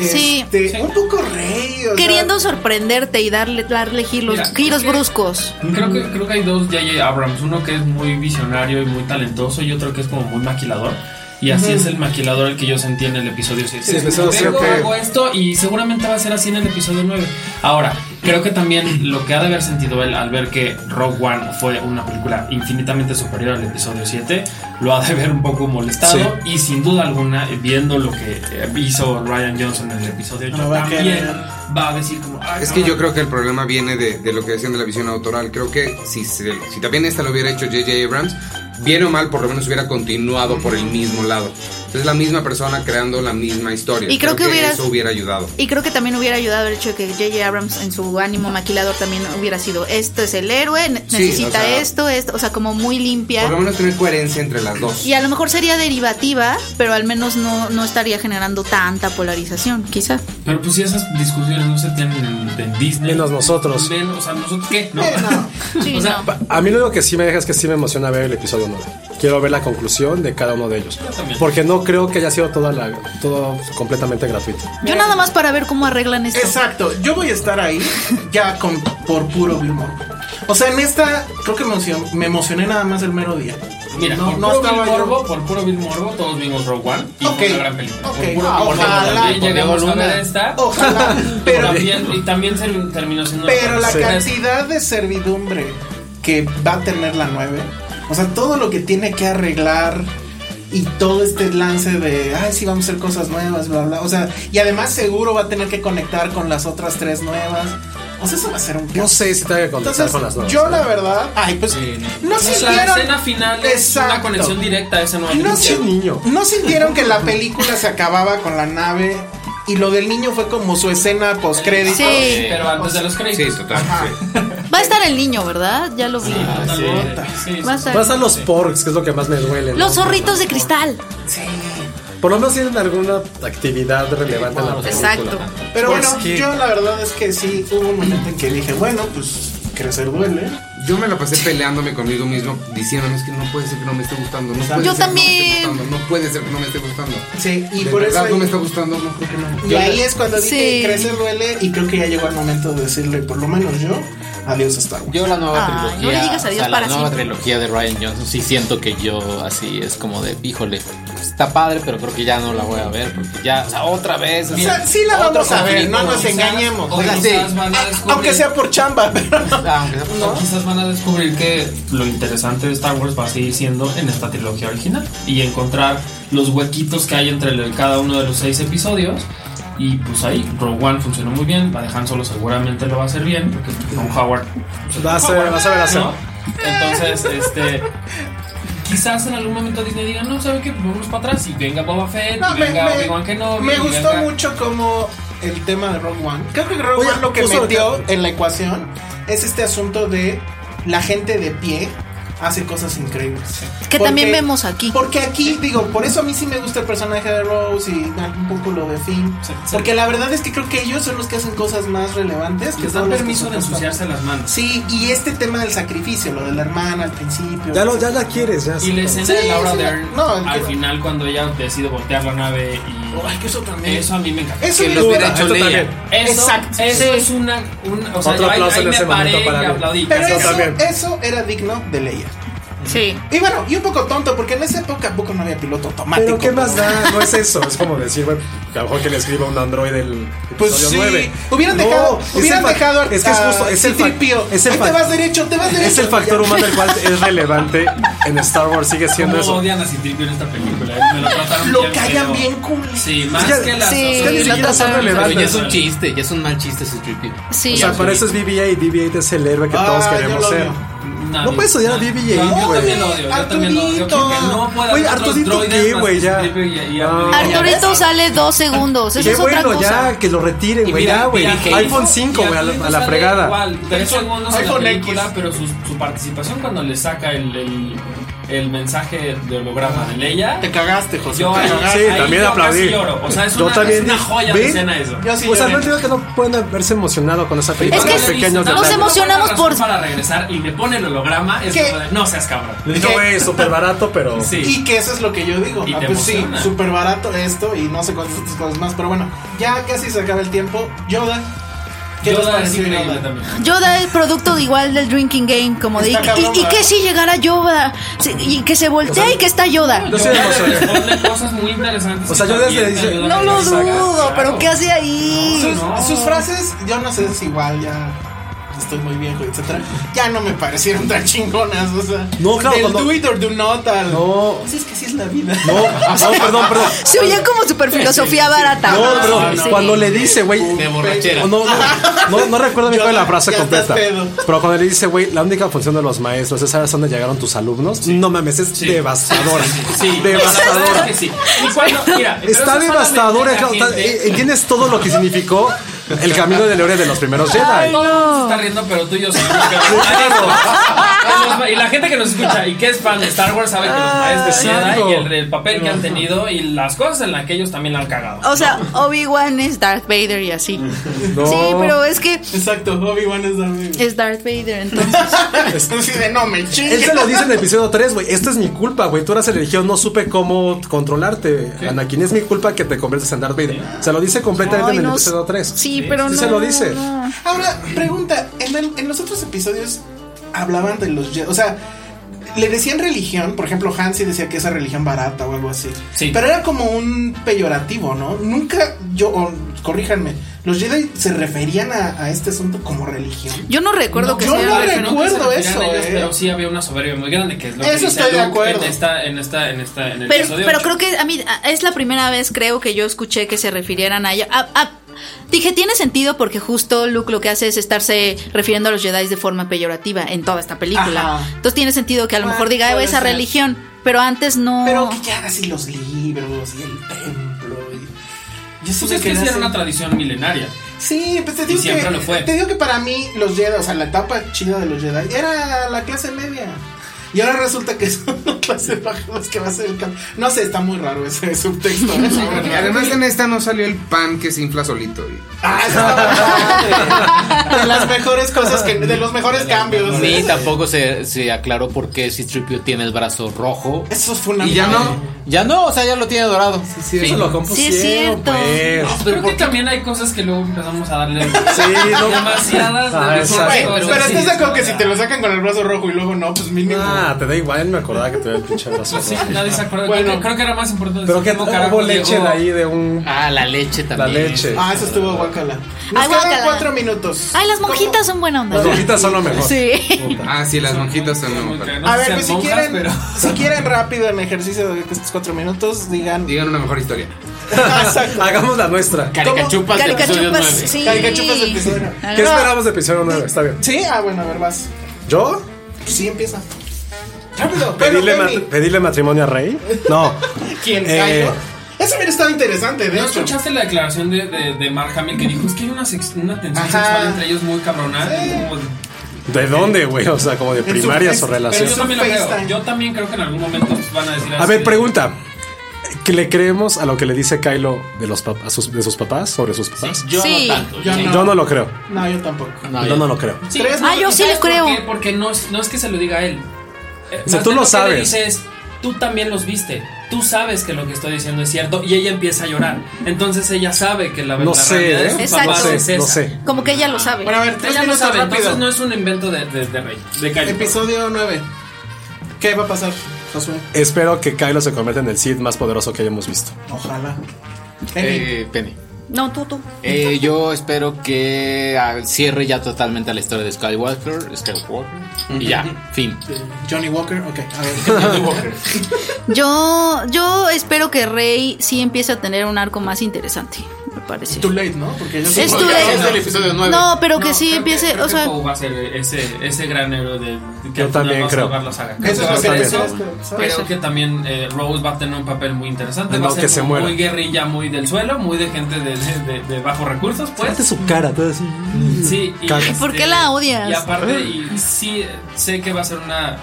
Speaker 3: Sí.
Speaker 4: este, Un poco rey. o sea,
Speaker 3: Queriendo sorprenderte y darle, darle giros,
Speaker 5: Mira,
Speaker 3: giros
Speaker 5: creo que-
Speaker 3: bruscos.
Speaker 5: Creo que, creo que hay dos J.J. Abrams, uno que es muy visionario y muy talentoso y otro que es como muy maquilador. Y así es el maquilador el que yo sentí en el episodio 7.
Speaker 2: Sí, eso creo
Speaker 5: Vengo,
Speaker 2: que-
Speaker 5: hago esto y seguramente va a ser así en el episodio 9. Ahora, creo que también lo que ha de haber sentido él al ver que Rogue One fue una película infinitamente superior al episodio 7, lo ha de haber un poco molestado y sin duda alguna, viendo lo que eh, hizo Ryan Johnson en el episodio 8,
Speaker 4: No va a
Speaker 5: también
Speaker 4: querer.
Speaker 5: va a decir como... "Ay,
Speaker 1: Es que yo
Speaker 5: cabrón".
Speaker 1: creo que el problema viene de, de lo que decían de la visión autoral. Creo que si, se- si también esta lo hubiera hecho J.J. Abrams, bien o mal, por lo menos hubiera continuado por el mismo lado. Es la misma persona creando la misma historia.
Speaker 3: Y creo que hubieras-
Speaker 1: eso hubiera ayudado.
Speaker 3: Y creo que también hubiera ayudado el hecho de que J.J. Abrams en su ánimo maquilador también hubiera sido, esto es el héroe, ne-
Speaker 1: Sí,
Speaker 3: necesita
Speaker 1: o sea-
Speaker 3: esto, esto, o sea, como muy limpia.
Speaker 1: Por lo menos tener coherencia entre las dos.
Speaker 3: Y a lo mejor sería derivativa, pero al menos no, no estaría generando tanta polarización, quizá.
Speaker 5: Pero pues si esas discusiones no se tienen en, en Disney.
Speaker 2: Menos nosotros.
Speaker 5: Menos, o sea, nosotros qué, ¿no?
Speaker 3: Sí,
Speaker 5: o sea,
Speaker 3: no.
Speaker 2: A mí lo único que sí me deja es que sí me emociona ver el episodio 9. Quiero ver la conclusión de cada uno de ellos.
Speaker 5: también.
Speaker 2: Porque no creo que haya sido toda la, todo completamente gratuito.
Speaker 3: Yo nada más para ver cómo arreglan esto.
Speaker 4: Exacto, yo voy a estar ahí ya con, por puro Bill Murray. O sea, en esta creo que emocio- me emocioné nada más el mero día.
Speaker 5: mira,
Speaker 4: no,
Speaker 5: por
Speaker 4: no
Speaker 5: puro
Speaker 4: estaba
Speaker 5: Bill
Speaker 4: yo-
Speaker 5: Morbo, por puro Bill Morbo, todos vimos Rogue One y
Speaker 4: Ok,
Speaker 5: fue una gran película. por
Speaker 4: ok,
Speaker 5: puro
Speaker 4: ah,
Speaker 5: Bill Morbo
Speaker 4: ojalá,
Speaker 5: también
Speaker 6: por
Speaker 5: llegamos
Speaker 6: Diego
Speaker 5: a ver
Speaker 6: Luna.
Speaker 5: esta.
Speaker 4: Ojalá, pero-
Speaker 5: también, y también se- terminó siendo una
Speaker 4: Pero la
Speaker 5: Sí.
Speaker 4: cantidad de servidumbre que va a tener la 9, o sea, todo lo que tiene que arreglar y todo este lance de, ay, sí, vamos a hacer cosas nuevas, bla, bla. O sea, y además seguro va a tener que conectar con las otras tres nuevas. O sea, eso va a ser un
Speaker 2: No
Speaker 4: caos.
Speaker 2: sé si tenga que contestar
Speaker 4: Entonces,
Speaker 2: con las nuevas.
Speaker 4: yo la verdad, ay, pues no
Speaker 5: Entonces,
Speaker 4: sintieron
Speaker 5: La escena final es una
Speaker 4: Exacto.
Speaker 5: conexión directa a esa nueva
Speaker 4: No,
Speaker 5: película.
Speaker 4: sin-
Speaker 2: niño.
Speaker 4: ¿No sintieron que la película se acababa con la nave y lo del niño fue como su escena post crédito?
Speaker 3: Sí.
Speaker 5: Pero antes de los
Speaker 1: Sí,
Speaker 5: créditos.
Speaker 1: total. sí.
Speaker 3: Va a estar el niño, ¿verdad? Ya lo vi.
Speaker 5: Tal vez, sí, sí.
Speaker 3: Va a estar-
Speaker 2: Pasan los porks, que es lo que más me duele. ¿no?
Speaker 3: Los zorritos de cristal.
Speaker 2: Por lo menos tienen alguna actividad relevante en la película.
Speaker 3: Exacto.
Speaker 4: Pero
Speaker 2: Pues
Speaker 4: bueno,
Speaker 2: que-
Speaker 4: yo la verdad es que sí, hubo un momento en que dije, bueno, pues crecer duele.
Speaker 1: Yo me la pasé peleándome conmigo mismo, diciéndome es que no puede ser que no me esté gustando. No puede
Speaker 3: Yo
Speaker 1: ser que no me esté
Speaker 3: también.
Speaker 1: gustando, No puede ser que no me esté gustando.
Speaker 4: Sí, y
Speaker 1: De
Speaker 4: por
Speaker 1: verdad,
Speaker 4: eso... ahí-
Speaker 1: no me está gustando, no creo que no.
Speaker 4: y ahí es cuando dije,
Speaker 3: Sí.
Speaker 4: crecer duele, y creo que ya llegó el momento de decirle, por lo menos yo, adiós Star Wars.
Speaker 6: Yo la nueva
Speaker 3: Ay,
Speaker 6: trilogía,
Speaker 3: no le digas adiós
Speaker 6: o sea,
Speaker 3: para
Speaker 6: la nueva
Speaker 3: siempre.
Speaker 6: trilogía de Ryan Johnson, sí siento que yo así es como de, híjole, está padre, pero creo que ya no la voy a ver porque ya, o sea, otra vez.
Speaker 4: O sea, sí la vamos a ver, no nos engañemos.
Speaker 5: o
Speaker 4: O sea,
Speaker 5: quizás
Speaker 4: sí.
Speaker 5: van a
Speaker 4: Ah,
Speaker 5: descubrir-
Speaker 4: Aunque sea por chamba, pero...
Speaker 6: Ah,
Speaker 5: O quizás van a descubrir que lo interesante de Star Wars va a seguir siendo en esta trilogía original y encontrar los huequitos que hay entre el- cada uno de los seis episodios. Y pues ahí, Rogue One funcionó muy bien, la de Han Solo seguramente lo va a hacer bien, porque Ron Howard... pues,
Speaker 2: Va a
Speaker 5: es
Speaker 2: ser-
Speaker 5: Howard,
Speaker 2: va a saber
Speaker 5: ¿no?
Speaker 2: hacer.
Speaker 5: Entonces, este... Quizás en algún momento Disney diga, no, ¿sabe qué? Pues vamos para atrás y venga Boba Fett,
Speaker 4: No,
Speaker 5: y
Speaker 4: me,
Speaker 5: venga
Speaker 4: me-
Speaker 5: Obi-Wan Kenobi,
Speaker 4: me
Speaker 5: y
Speaker 4: gustó
Speaker 5: venga-
Speaker 4: mucho como el tema de Rogue One. Creo que Rogue
Speaker 2: Oye,
Speaker 4: One lo que
Speaker 2: justo
Speaker 4: metió
Speaker 2: ahorita-
Speaker 4: en la ecuación es este asunto de la gente de pie hace cosas increíbles.
Speaker 3: Que también vemos aquí.
Speaker 4: Porque aquí, digo, por eso a mí sí me gusta el personaje de Rose y un poco lo de Finn.
Speaker 5: Sí, sí.
Speaker 4: Porque la verdad es que creo que ellos son los que hacen cosas más relevantes. Que
Speaker 5: Les dan
Speaker 4: todos los que
Speaker 5: permiso de
Speaker 4: son-
Speaker 5: ensuciarse las manos.
Speaker 4: Sí, y este tema del sacrificio, lo de la hermana al principio.
Speaker 2: Ya, lo, ya la quieres, ya.
Speaker 5: Y la escena
Speaker 4: Sí,
Speaker 5: de Laura
Speaker 4: sí,
Speaker 5: Dern
Speaker 4: no, el
Speaker 5: al
Speaker 4: que-
Speaker 5: final cuando ella decide voltear la nave y
Speaker 4: Ay, que eso también.
Speaker 5: eso a mí me encanta.
Speaker 4: Eso
Speaker 1: Que
Speaker 4: me
Speaker 1: lo hubiera
Speaker 4: gusta.
Speaker 2: Esto
Speaker 1: hecho Leia.
Speaker 2: también.
Speaker 5: Eso,
Speaker 4: Exacto.
Speaker 5: eso
Speaker 4: Sí.
Speaker 5: es una, un- o sea,
Speaker 2: Otro
Speaker 5: yo ahí-
Speaker 2: aplauso
Speaker 5: ahí
Speaker 2: en
Speaker 5: me
Speaker 2: ese
Speaker 5: paré
Speaker 2: momento para
Speaker 5: y
Speaker 2: mí.
Speaker 5: aplaudí.
Speaker 4: Pero
Speaker 5: Casi,
Speaker 2: Yo
Speaker 4: eso,
Speaker 2: también.
Speaker 4: eso era digno de Leia.
Speaker 3: Sí.
Speaker 4: Y bueno, y un poco tonto, porque en esa época poco no había piloto automático.
Speaker 5: Pero qué más da, no es eso. Es como decir, bueno, a lo mejor que le escriba un android el
Speaker 4: Pues
Speaker 5: episodio
Speaker 4: sí,
Speaker 5: 9.
Speaker 4: hubieran
Speaker 5: No,
Speaker 4: dejado,
Speaker 5: es
Speaker 4: hubieran
Speaker 5: el fa-
Speaker 4: dejado
Speaker 5: Es que es justo, es el, fa- es el
Speaker 4: Ahí
Speaker 5: fa-
Speaker 4: te vas derecho, te vas derecho.
Speaker 5: es el factor humano el cual es relevante en Star Wars. Sigue siendo
Speaker 1: ¿Cómo
Speaker 5: eso.
Speaker 1: odian a Citripio en esta película? Me lo trataron
Speaker 4: Lo
Speaker 1: bien
Speaker 4: callan
Speaker 1: feo.
Speaker 4: bien cool.
Speaker 1: Sí, más
Speaker 5: Es que-
Speaker 1: que las
Speaker 3: sí,
Speaker 1: otras.
Speaker 5: Es que ni
Speaker 3: lo
Speaker 5: siquiera son
Speaker 3: trataron-
Speaker 17: Pero
Speaker 5: relevantes.
Speaker 17: ya es un chiste, ya es un mal chiste ese trippy.
Speaker 3: Sí.
Speaker 5: O sea, para eso es BB-8. BB-8 es el héroe que todos
Speaker 4: Ah, yo
Speaker 5: queremos
Speaker 4: lo
Speaker 5: ser.
Speaker 4: odio.
Speaker 1: Nadie-
Speaker 5: No puedes odiar a
Speaker 1: nadie.
Speaker 5: BB-8,
Speaker 1: No, Yo
Speaker 5: güey.
Speaker 1: también lo odio, yo también lo odio. Creo que no puede
Speaker 5: Güey,
Speaker 1: haber otros
Speaker 5: Arturito,
Speaker 1: droides
Speaker 5: ¿qué,
Speaker 1: más
Speaker 5: güey?
Speaker 1: que
Speaker 5: Ya.
Speaker 1: Citripio y- y
Speaker 5: No.
Speaker 1: Arturito.
Speaker 3: Arturito sale dos segundos. Eso
Speaker 5: Qué
Speaker 3: es otra
Speaker 5: bueno,
Speaker 3: cosa.
Speaker 5: ya, que lo retiren,
Speaker 17: Y
Speaker 5: güey.
Speaker 17: mira,
Speaker 5: Ya, güey.
Speaker 17: mira,
Speaker 1: Mira,
Speaker 5: iPhone
Speaker 1: y-
Speaker 5: 5,
Speaker 1: y
Speaker 5: güey, a la, a la
Speaker 1: sale
Speaker 5: fregada.
Speaker 1: Igual, tres segundos en la
Speaker 4: iPhone
Speaker 1: película,
Speaker 4: X.
Speaker 5: Ah,
Speaker 1: pero su, su participación cuando le saca el, el, el mensaje de holograma de Leia.
Speaker 17: Te cagaste, José.
Speaker 1: Yo ahí-
Speaker 5: Sí,
Speaker 1: ahí
Speaker 5: también
Speaker 1: yo
Speaker 5: aplaudí.
Speaker 1: casi lloro. O sea, es
Speaker 5: Yo
Speaker 1: una,
Speaker 5: también
Speaker 1: es una
Speaker 5: dije,
Speaker 1: joya
Speaker 5: ¿ve?
Speaker 1: de escena eso.
Speaker 4: Yo
Speaker 5: o sea,
Speaker 4: sí lloré.
Speaker 5: no entiendo que no pueden haberse emocionado con esa película.
Speaker 3: Es que
Speaker 5: los
Speaker 3: sí,
Speaker 5: pequeños
Speaker 3: no
Speaker 5: detalles.
Speaker 3: se emocionó. emocionamos por-
Speaker 1: Para regresar y le pone el holograma, es
Speaker 4: ¿Qué?
Speaker 1: como de, no seas cabrón.
Speaker 5: No, güey, súper barato, pero.
Speaker 1: Sí.
Speaker 4: Y que eso es lo que yo digo.
Speaker 1: Y
Speaker 4: Ah,
Speaker 1: te
Speaker 4: pues sí,
Speaker 1: emociona.
Speaker 4: súper barato esto y no sé cuántas otras cosas más. Pero bueno, ya casi se acaba el tiempo. Yoda, ¿qué
Speaker 1: Yoda
Speaker 4: les
Speaker 1: es
Speaker 4: pareció
Speaker 1: increíble
Speaker 4: Yoda?
Speaker 1: también.
Speaker 3: Yoda es producto igual del drinking game, como de. Y,
Speaker 4: Está cabrón,
Speaker 3: y- y que
Speaker 4: ¿verdad?
Speaker 3: si llegara Yoda Sí, y que se voltea y que está Yoda.
Speaker 5: No se emocionó.
Speaker 1: Responde cosas muy interesantes.
Speaker 5: O sea, yo
Speaker 1: y también
Speaker 5: desde-
Speaker 1: te ayudan
Speaker 3: No
Speaker 1: a
Speaker 3: lo
Speaker 1: la saga,
Speaker 3: dudo,
Speaker 1: claro.
Speaker 3: pero ¿qué hace ahí?
Speaker 4: Sus,
Speaker 1: No.
Speaker 4: sus frases, yo no sé si igual ya estoy muy viejo, etcétera. Ya no me parecieron tan chingonas, o sea.
Speaker 5: No, claro,
Speaker 4: Del
Speaker 5: cuando-
Speaker 4: do it or do not al.
Speaker 5: No.
Speaker 4: Pues es que sí es la vida.
Speaker 5: No, no, "Oh, perdón, perdón.
Speaker 3: Se oye como super filosofía barata.
Speaker 5: No, bro,
Speaker 3: Sí.
Speaker 5: cuando le dice, güey.
Speaker 17: De borrachera.
Speaker 5: No, no, no, no recuerdo bien cuál es la frase
Speaker 4: Ya
Speaker 5: completa.
Speaker 4: estás pedo.
Speaker 5: Pero cuando le dice, güey, la única función de los maestros es saber hasta dónde llegaron tus alumnos. No mames, es devastadora.
Speaker 1: Sí, la verdad es
Speaker 5: devastadora.
Speaker 1: que sí. Y cuando, mira, pero
Speaker 5: Está
Speaker 1: eso
Speaker 5: devastadora.
Speaker 1: solamente la
Speaker 5: claro, está-
Speaker 1: gente-
Speaker 5: eh, Entiendes todo lo que significó el camino del héroe de los primeros Jedi.
Speaker 1: Se está riendo, pero tú y yo sabemos que los maestros- Y la gente que nos escucha y que es fan de Star Wars sabe que los maestros
Speaker 5: Ah, exacto.
Speaker 1: Jedi y el, el papel que han tenido y las cosas en las que ellos también la han cagado.
Speaker 3: O sea, Obi-Wan es Darth Vader y así.
Speaker 5: No.
Speaker 3: Sí, pero es que
Speaker 4: Exacto, Obi-Wan es la
Speaker 3: es Darth Vader, entonces.
Speaker 4: Así de no me
Speaker 5: Él se
Speaker 4: chingue.
Speaker 5: lo dice en el episodio 3, güey. Esta es mi culpa, güey. Tú eras el elegido, no supe cómo controlarte. Anakin, es mi culpa que te conviertes en Darth Vader. Se lo dice completamente
Speaker 3: Ay,
Speaker 5: en el
Speaker 3: no,
Speaker 5: episodio 3.
Speaker 3: Sí, pero
Speaker 5: Sí
Speaker 3: no.
Speaker 5: se lo dice.
Speaker 3: Ah, no.
Speaker 4: Ahora, pregunta, en, el- en los otros episodios hablaban de los Jedi, o sea, le decían religión, por ejemplo, Hansi decía que esa religión barata o algo así.
Speaker 1: Sí.
Speaker 4: Pero era como un peyorativo, ¿no? Nunca, yo, o, corríjanme, los Jedi se referían a, a este asunto como religión.
Speaker 3: Yo no recuerdo que
Speaker 4: yo
Speaker 3: sea.
Speaker 4: no
Speaker 3: Darth Vader.
Speaker 1: Creo que
Speaker 4: recuerdo
Speaker 1: se referían
Speaker 4: eso, eh.
Speaker 1: Pero sí había una soberbia muy grande, que es lo que
Speaker 4: Eso
Speaker 1: dice
Speaker 4: estoy de
Speaker 1: Luke
Speaker 4: acuerdo.
Speaker 3: este-
Speaker 1: En esta, en esta, en esta, en el
Speaker 3: Pero,
Speaker 1: episodio
Speaker 3: pero
Speaker 1: ocho.
Speaker 3: creo que a mí a- es la primera vez, creo, que yo escuché que se refirieran a ella. A- a- dije, tiene sentido porque justo Luke lo que hace es estarse refiriendo a los Jedi de forma peyorativa en toda esta película.
Speaker 4: Ajá.
Speaker 3: Entonces tiene sentido que a lo
Speaker 4: Ah,
Speaker 3: mejor diga, "Ay,
Speaker 4: puede
Speaker 3: esa
Speaker 4: ser.
Speaker 3: religión, pero antes no.
Speaker 4: Pero que ya así los libros y el templo y... Yo sí
Speaker 1: Pues
Speaker 4: me
Speaker 1: es que
Speaker 4: quedé
Speaker 1: sí era
Speaker 4: así.
Speaker 1: una tradición milenaria.
Speaker 4: Sí, pues te digo,
Speaker 1: siempre
Speaker 4: que,
Speaker 1: lo fue.
Speaker 4: te digo que para mí los Jedi, o sea, la etapa chida de los Jedi era la clase media. Y ahora resulta que son la clase baja los que va a ser el cambio. No sé, está muy raro ese subtexto. ¿eh?
Speaker 18: Y además en esta no salió el pan que se infla solito.
Speaker 4: Ah, está muy padre. De las mejores cosas, que, de los mejores cambios.
Speaker 17: Ni
Speaker 4: ¿eh?
Speaker 17: tampoco se, se aclaró por qué Citripio tiene el brazo rojo.
Speaker 4: Eso fue una
Speaker 18: Y ya
Speaker 4: madre.
Speaker 18: no.
Speaker 17: Ya no, o sea, ya lo tiene dorado.
Speaker 5: Sí, eso lo compusieron,
Speaker 3: Sí, es cierto.
Speaker 5: pues.
Speaker 1: Creo que también hay cosas que luego empezamos a darle
Speaker 5: no.
Speaker 1: demasiadas.
Speaker 5: Ah, exacto.
Speaker 4: Güey,
Speaker 1: demasiadas
Speaker 4: pero
Speaker 1: cosas.
Speaker 4: estás de acuerdo que si te lo sacan con el brazo rojo y luego no, pues mínimo.
Speaker 5: Ah, te da igual, me acordaba que te el pinche brazo.
Speaker 1: Sí, nadie se acuerda.
Speaker 4: Bueno.
Speaker 1: creo, que- creo que era más importante.
Speaker 5: Pero que
Speaker 1: decir
Speaker 5: no
Speaker 1: cómo carajo
Speaker 5: hubo leche
Speaker 1: llegó.
Speaker 5: de ahí de un.
Speaker 17: Ah, la leche
Speaker 5: La
Speaker 17: también.
Speaker 5: leche.
Speaker 4: Ah, eso estuvo guacala. Nos quedan
Speaker 3: Ay, guácala. Ah,
Speaker 4: cuatro minutos.
Speaker 3: Ay, las monjitas son buena
Speaker 5: Las
Speaker 3: onda.
Speaker 5: hojitas son lo mejor.
Speaker 3: Sí.
Speaker 18: Ah, sí, las monjitas son
Speaker 1: Como que
Speaker 18: mejor.
Speaker 1: no sé
Speaker 4: A ver,
Speaker 1: si
Speaker 4: pues si
Speaker 1: sean monjas,
Speaker 4: quieren,
Speaker 1: pero-
Speaker 4: si quieren rápido en ejercicio de estos cuatro minutos, digan.
Speaker 18: Digan una mejor historia.
Speaker 4: Exacto.
Speaker 5: Hagamos la nuestra.
Speaker 17: Caricachupas del episodio
Speaker 3: Caricachupas,
Speaker 17: 9.
Speaker 3: sí.
Speaker 4: Caricachupas del episodio nueve.
Speaker 5: ¿Qué esperamos de episodio 9? Está bien.
Speaker 4: Sí, ah, bueno, a ver, vas.
Speaker 5: ¿Yo?
Speaker 4: Sí, empieza. Rápido, pero
Speaker 5: ¿Pedirle,
Speaker 4: Penny.
Speaker 5: mat- pedirle matrimonio a Rey? No.
Speaker 4: ¿Quién?
Speaker 5: Eh,
Speaker 4: Ay, no. Eso hubiera estado interesante, de
Speaker 1: ¿No
Speaker 4: hecho.
Speaker 1: escuchaste la declaración de, de, de Mark Hamill que dijo? Es que hay una, sex- una tensión
Speaker 4: Ajá.
Speaker 1: sexual entre ellos muy cabrona. como-
Speaker 5: ¿De dónde, güey? O sea, como de
Speaker 4: su
Speaker 5: primarias
Speaker 4: face-
Speaker 5: o
Speaker 1: Pero
Speaker 5: relaciones.
Speaker 1: yo
Speaker 4: Eso
Speaker 1: también lo creo.
Speaker 4: FaceTime.
Speaker 1: Yo también creo que en algún momento van a decir
Speaker 5: A
Speaker 1: así
Speaker 5: ver,
Speaker 1: de-
Speaker 5: pregunta. ¿Que le creemos a lo que le dice Kylo de, los pap- a sus, de sus papás? ¿Sobre sus papás?
Speaker 17: Yo
Speaker 3: Sí.
Speaker 17: no tanto.
Speaker 4: Yo no.
Speaker 5: Yo no lo creo.
Speaker 4: No, yo tampoco.
Speaker 17: No,
Speaker 5: Yo no lo creo.
Speaker 1: Sí.
Speaker 4: Tres
Speaker 3: Ah, yo sí
Speaker 1: ¿Sabes
Speaker 3: le
Speaker 1: por
Speaker 3: creo.
Speaker 1: qué? Porque no, es- no es que se lo diga a él. Eh,
Speaker 5: O sea,
Speaker 1: más
Speaker 5: tú
Speaker 1: bien
Speaker 5: lo
Speaker 1: que
Speaker 5: sabes.
Speaker 1: le dices, tú también los viste. Tú sabes que lo que estoy diciendo es cierto. Y ella empieza a llorar. Entonces ella sabe que la verdad
Speaker 5: No sé, ¿eh?
Speaker 1: es
Speaker 3: Exacto.
Speaker 5: No
Speaker 3: papás
Speaker 5: sé, no sé.
Speaker 3: Como que ella lo sabe.
Speaker 4: Bueno, a ver, tres
Speaker 1: Ella lo
Speaker 4: minutos
Speaker 1: sabe.
Speaker 4: rápido.
Speaker 1: Entonces no es un invento de, de, de Rey. De Kylo.
Speaker 4: Episodio 9. ¿Qué va a pasar, Josué?
Speaker 2: Espero que Kylo se convierta en el Sith más poderoso que hayamos visto.
Speaker 4: Ojalá. Kenny,
Speaker 6: Eh, Penny.
Speaker 3: No, tú, tú.
Speaker 6: Eh, yo espero que ah, cierre ya totalmente la historia de Skywalker, Skywalker y ya, fin.
Speaker 4: eh, Johnny Walker, ok. A ver, Johnny Walker.
Speaker 3: Yo, yo espero que Rey sí empiece a tener un arco más interesante, me parece.
Speaker 4: Too late, ¿no? Porque ellos
Speaker 3: Es too
Speaker 4: Ya
Speaker 3: late.
Speaker 4: son del
Speaker 6: episodio
Speaker 3: No, pero que
Speaker 5: No,
Speaker 3: sí
Speaker 5: creo
Speaker 3: empiece,
Speaker 5: creo
Speaker 3: o
Speaker 5: que
Speaker 3: sea,
Speaker 5: Poe va a ser
Speaker 1: Eh,
Speaker 5: ese, ese gran héroe de, que
Speaker 2: Yo
Speaker 5: al final
Speaker 2: también
Speaker 5: va a
Speaker 2: creo.
Speaker 5: salvar la saga.
Speaker 4: Eso
Speaker 5: Creo que va a
Speaker 4: es
Speaker 5: ser
Speaker 4: lo que
Speaker 5: eso.
Speaker 4: espero, ¿sabes?
Speaker 5: Creo que también eh, Rose va a tener un papel muy interesante.
Speaker 2: No,
Speaker 5: va a ser
Speaker 2: que se
Speaker 5: muy,
Speaker 2: muera.
Speaker 5: muy guerrilla, muy del suelo, muy de gente de, de- de bajos recursos,
Speaker 2: Fíjate
Speaker 5: pues.
Speaker 2: su cara, todo así.
Speaker 5: Sí. y,
Speaker 2: Caca.
Speaker 5: este,
Speaker 3: ¿por qué la odias?
Speaker 5: Y aparte, y sí, sé que va a ser una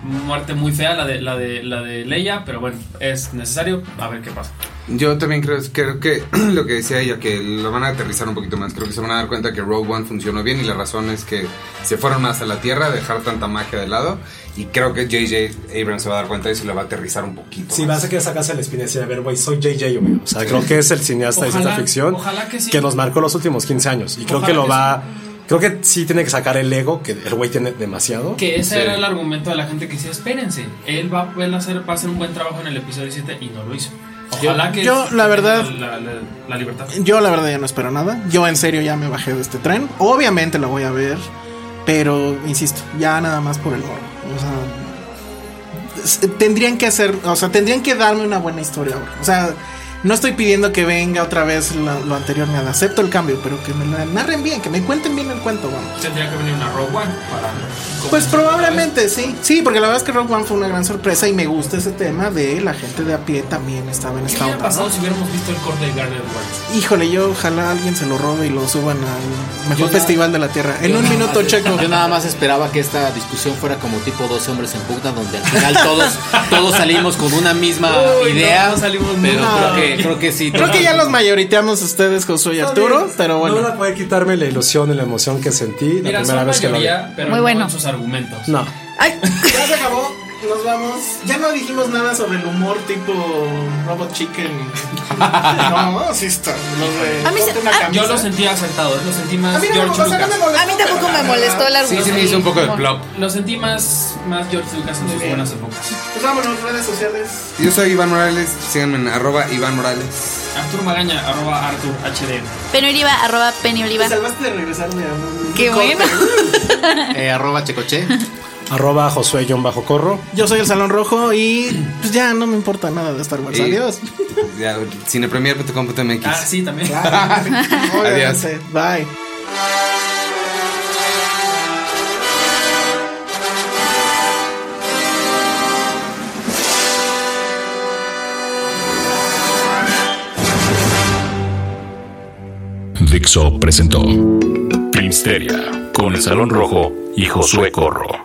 Speaker 5: muerte muy fea la de la de la de Leia, pero bueno, es necesario a ver qué pasa.
Speaker 1: Yo también creo, creo que lo que decía ella, que lo van a aterrizar un poquito más. Creo que se van a dar cuenta que Rogue One funcionó bien y la razón es que se fueron más a la Tierra, a dejar tanta magia de lado. Y creo que J.J. Abrams se va a dar cuenta de eso y la va a aterrizar un poquito.
Speaker 2: Si
Speaker 1: más.
Speaker 2: vas a que sacarse la espina y decir, a ver, güey, soy JJ, güey. O sea, creo que es el cineasta de
Speaker 5: Ojalá-
Speaker 2: ciencia ficción
Speaker 5: ojalá que sí.
Speaker 2: nos marcó los últimos 15 años. Y creo
Speaker 5: Ojalá
Speaker 2: que lo
Speaker 5: que
Speaker 2: va. Creo que sí tiene que sacar el ego, que el güey tiene demasiado.
Speaker 5: Que ese
Speaker 6: Sí.
Speaker 5: era el argumento de la gente que decía, espérense, él va, él va a hacer, va a hacer un buen trabajo en el episodio 7 y no lo hizo. Ojalá que
Speaker 4: yo,
Speaker 5: que
Speaker 4: la
Speaker 5: tenga
Speaker 4: verdad-
Speaker 5: la, la- la libertad.
Speaker 4: Yo la verdad ya no espero nada. Yo en serio ya me bajé de este tren. Obviamente la voy a ver, pero insisto, ya nada más por el gorro. O sea, s- tendrían que hacer, o sea, tendrían que darme una buena historia ahora. O sea, no estoy pidiendo que venga otra vez la- lo anterior, nada. Acepto el cambio, pero que me la narren bien, que me cuenten bien el cuento, vamos.
Speaker 5: Tendría que venir una Rogue One para
Speaker 4: Pues probablemente sí. Sí, porque la verdad es que Rogue One fue una gran sorpresa y me gusta ese tema de la gente de a pie también estaba en
Speaker 5: ¿Qué
Speaker 4: esta
Speaker 5: hubiera
Speaker 4: onda.
Speaker 5: pasado
Speaker 4: ¿no?
Speaker 5: si hubiéramos visto el corte de Garner Wentz?
Speaker 4: Híjole, yo ojalá alguien se lo robe y lo suban al mejor
Speaker 6: Yo
Speaker 4: festival de la tierra. En
Speaker 6: Yo
Speaker 4: un
Speaker 6: nada
Speaker 4: minuto
Speaker 6: más-
Speaker 4: checo.
Speaker 6: Yo nada más esperaba que esta discusión fuera como tipo dos hombres en pugna, donde al final todos, todos salimos con una misma
Speaker 5: Uy, no,
Speaker 6: idea.
Speaker 5: no salimos
Speaker 6: pero creo
Speaker 4: nada.
Speaker 6: que, creo que sí.
Speaker 4: Creo que ya los mayoriteamos ustedes, Josué y Arturo, pero
Speaker 2: No
Speaker 4: bueno.
Speaker 2: van a poder quitarme la ilusión y la emoción que sentí la
Speaker 5: Mira,
Speaker 2: primera
Speaker 5: son
Speaker 2: vez que lo vi.
Speaker 5: mayoría, pero
Speaker 3: Muy
Speaker 5: no
Speaker 3: bueno.
Speaker 5: en sus argumentos.
Speaker 2: No.
Speaker 3: Ay,
Speaker 4: Ya se acabó, nos vamos. Ya no dijimos nada sobre el humor tipo Robot Chicken. No, sí está.
Speaker 3: A mí se- corta una a-
Speaker 5: Yo lo sentí acertado, lo sentí más George Lucas.
Speaker 3: a mí tampoco me molestó la
Speaker 1: Sí, se me hizo un poco de plop.
Speaker 5: Lo sentí más, más George Lucas en sus buenas épocas.
Speaker 4: Pues vámonos, redes sociales.
Speaker 1: Yo soy Iván Morales, síganme en arroba Iván Morales.
Speaker 5: Artur Magaña, arroba Artur HDM.
Speaker 3: Penny Oliva, arroba Penny Oliva.
Speaker 4: Te salvaste de regresarme a un
Speaker 3: Qué
Speaker 4: corte.
Speaker 3: bueno.
Speaker 6: Eh, arroba Checoche.
Speaker 2: Arroba Josué-Corro.
Speaker 4: Yo soy el Salón Rojo y pues ya no me importa nada de Star Wars.
Speaker 1: Y-
Speaker 4: Adiós.
Speaker 1: Ya, Cinepremier.com.mx.
Speaker 5: Ah, sí, también.
Speaker 1: Adiós.
Speaker 4: Obviamente. Bye.
Speaker 19: Dixo presentó Filmsteria con el Salón Rojo y Josué Corro.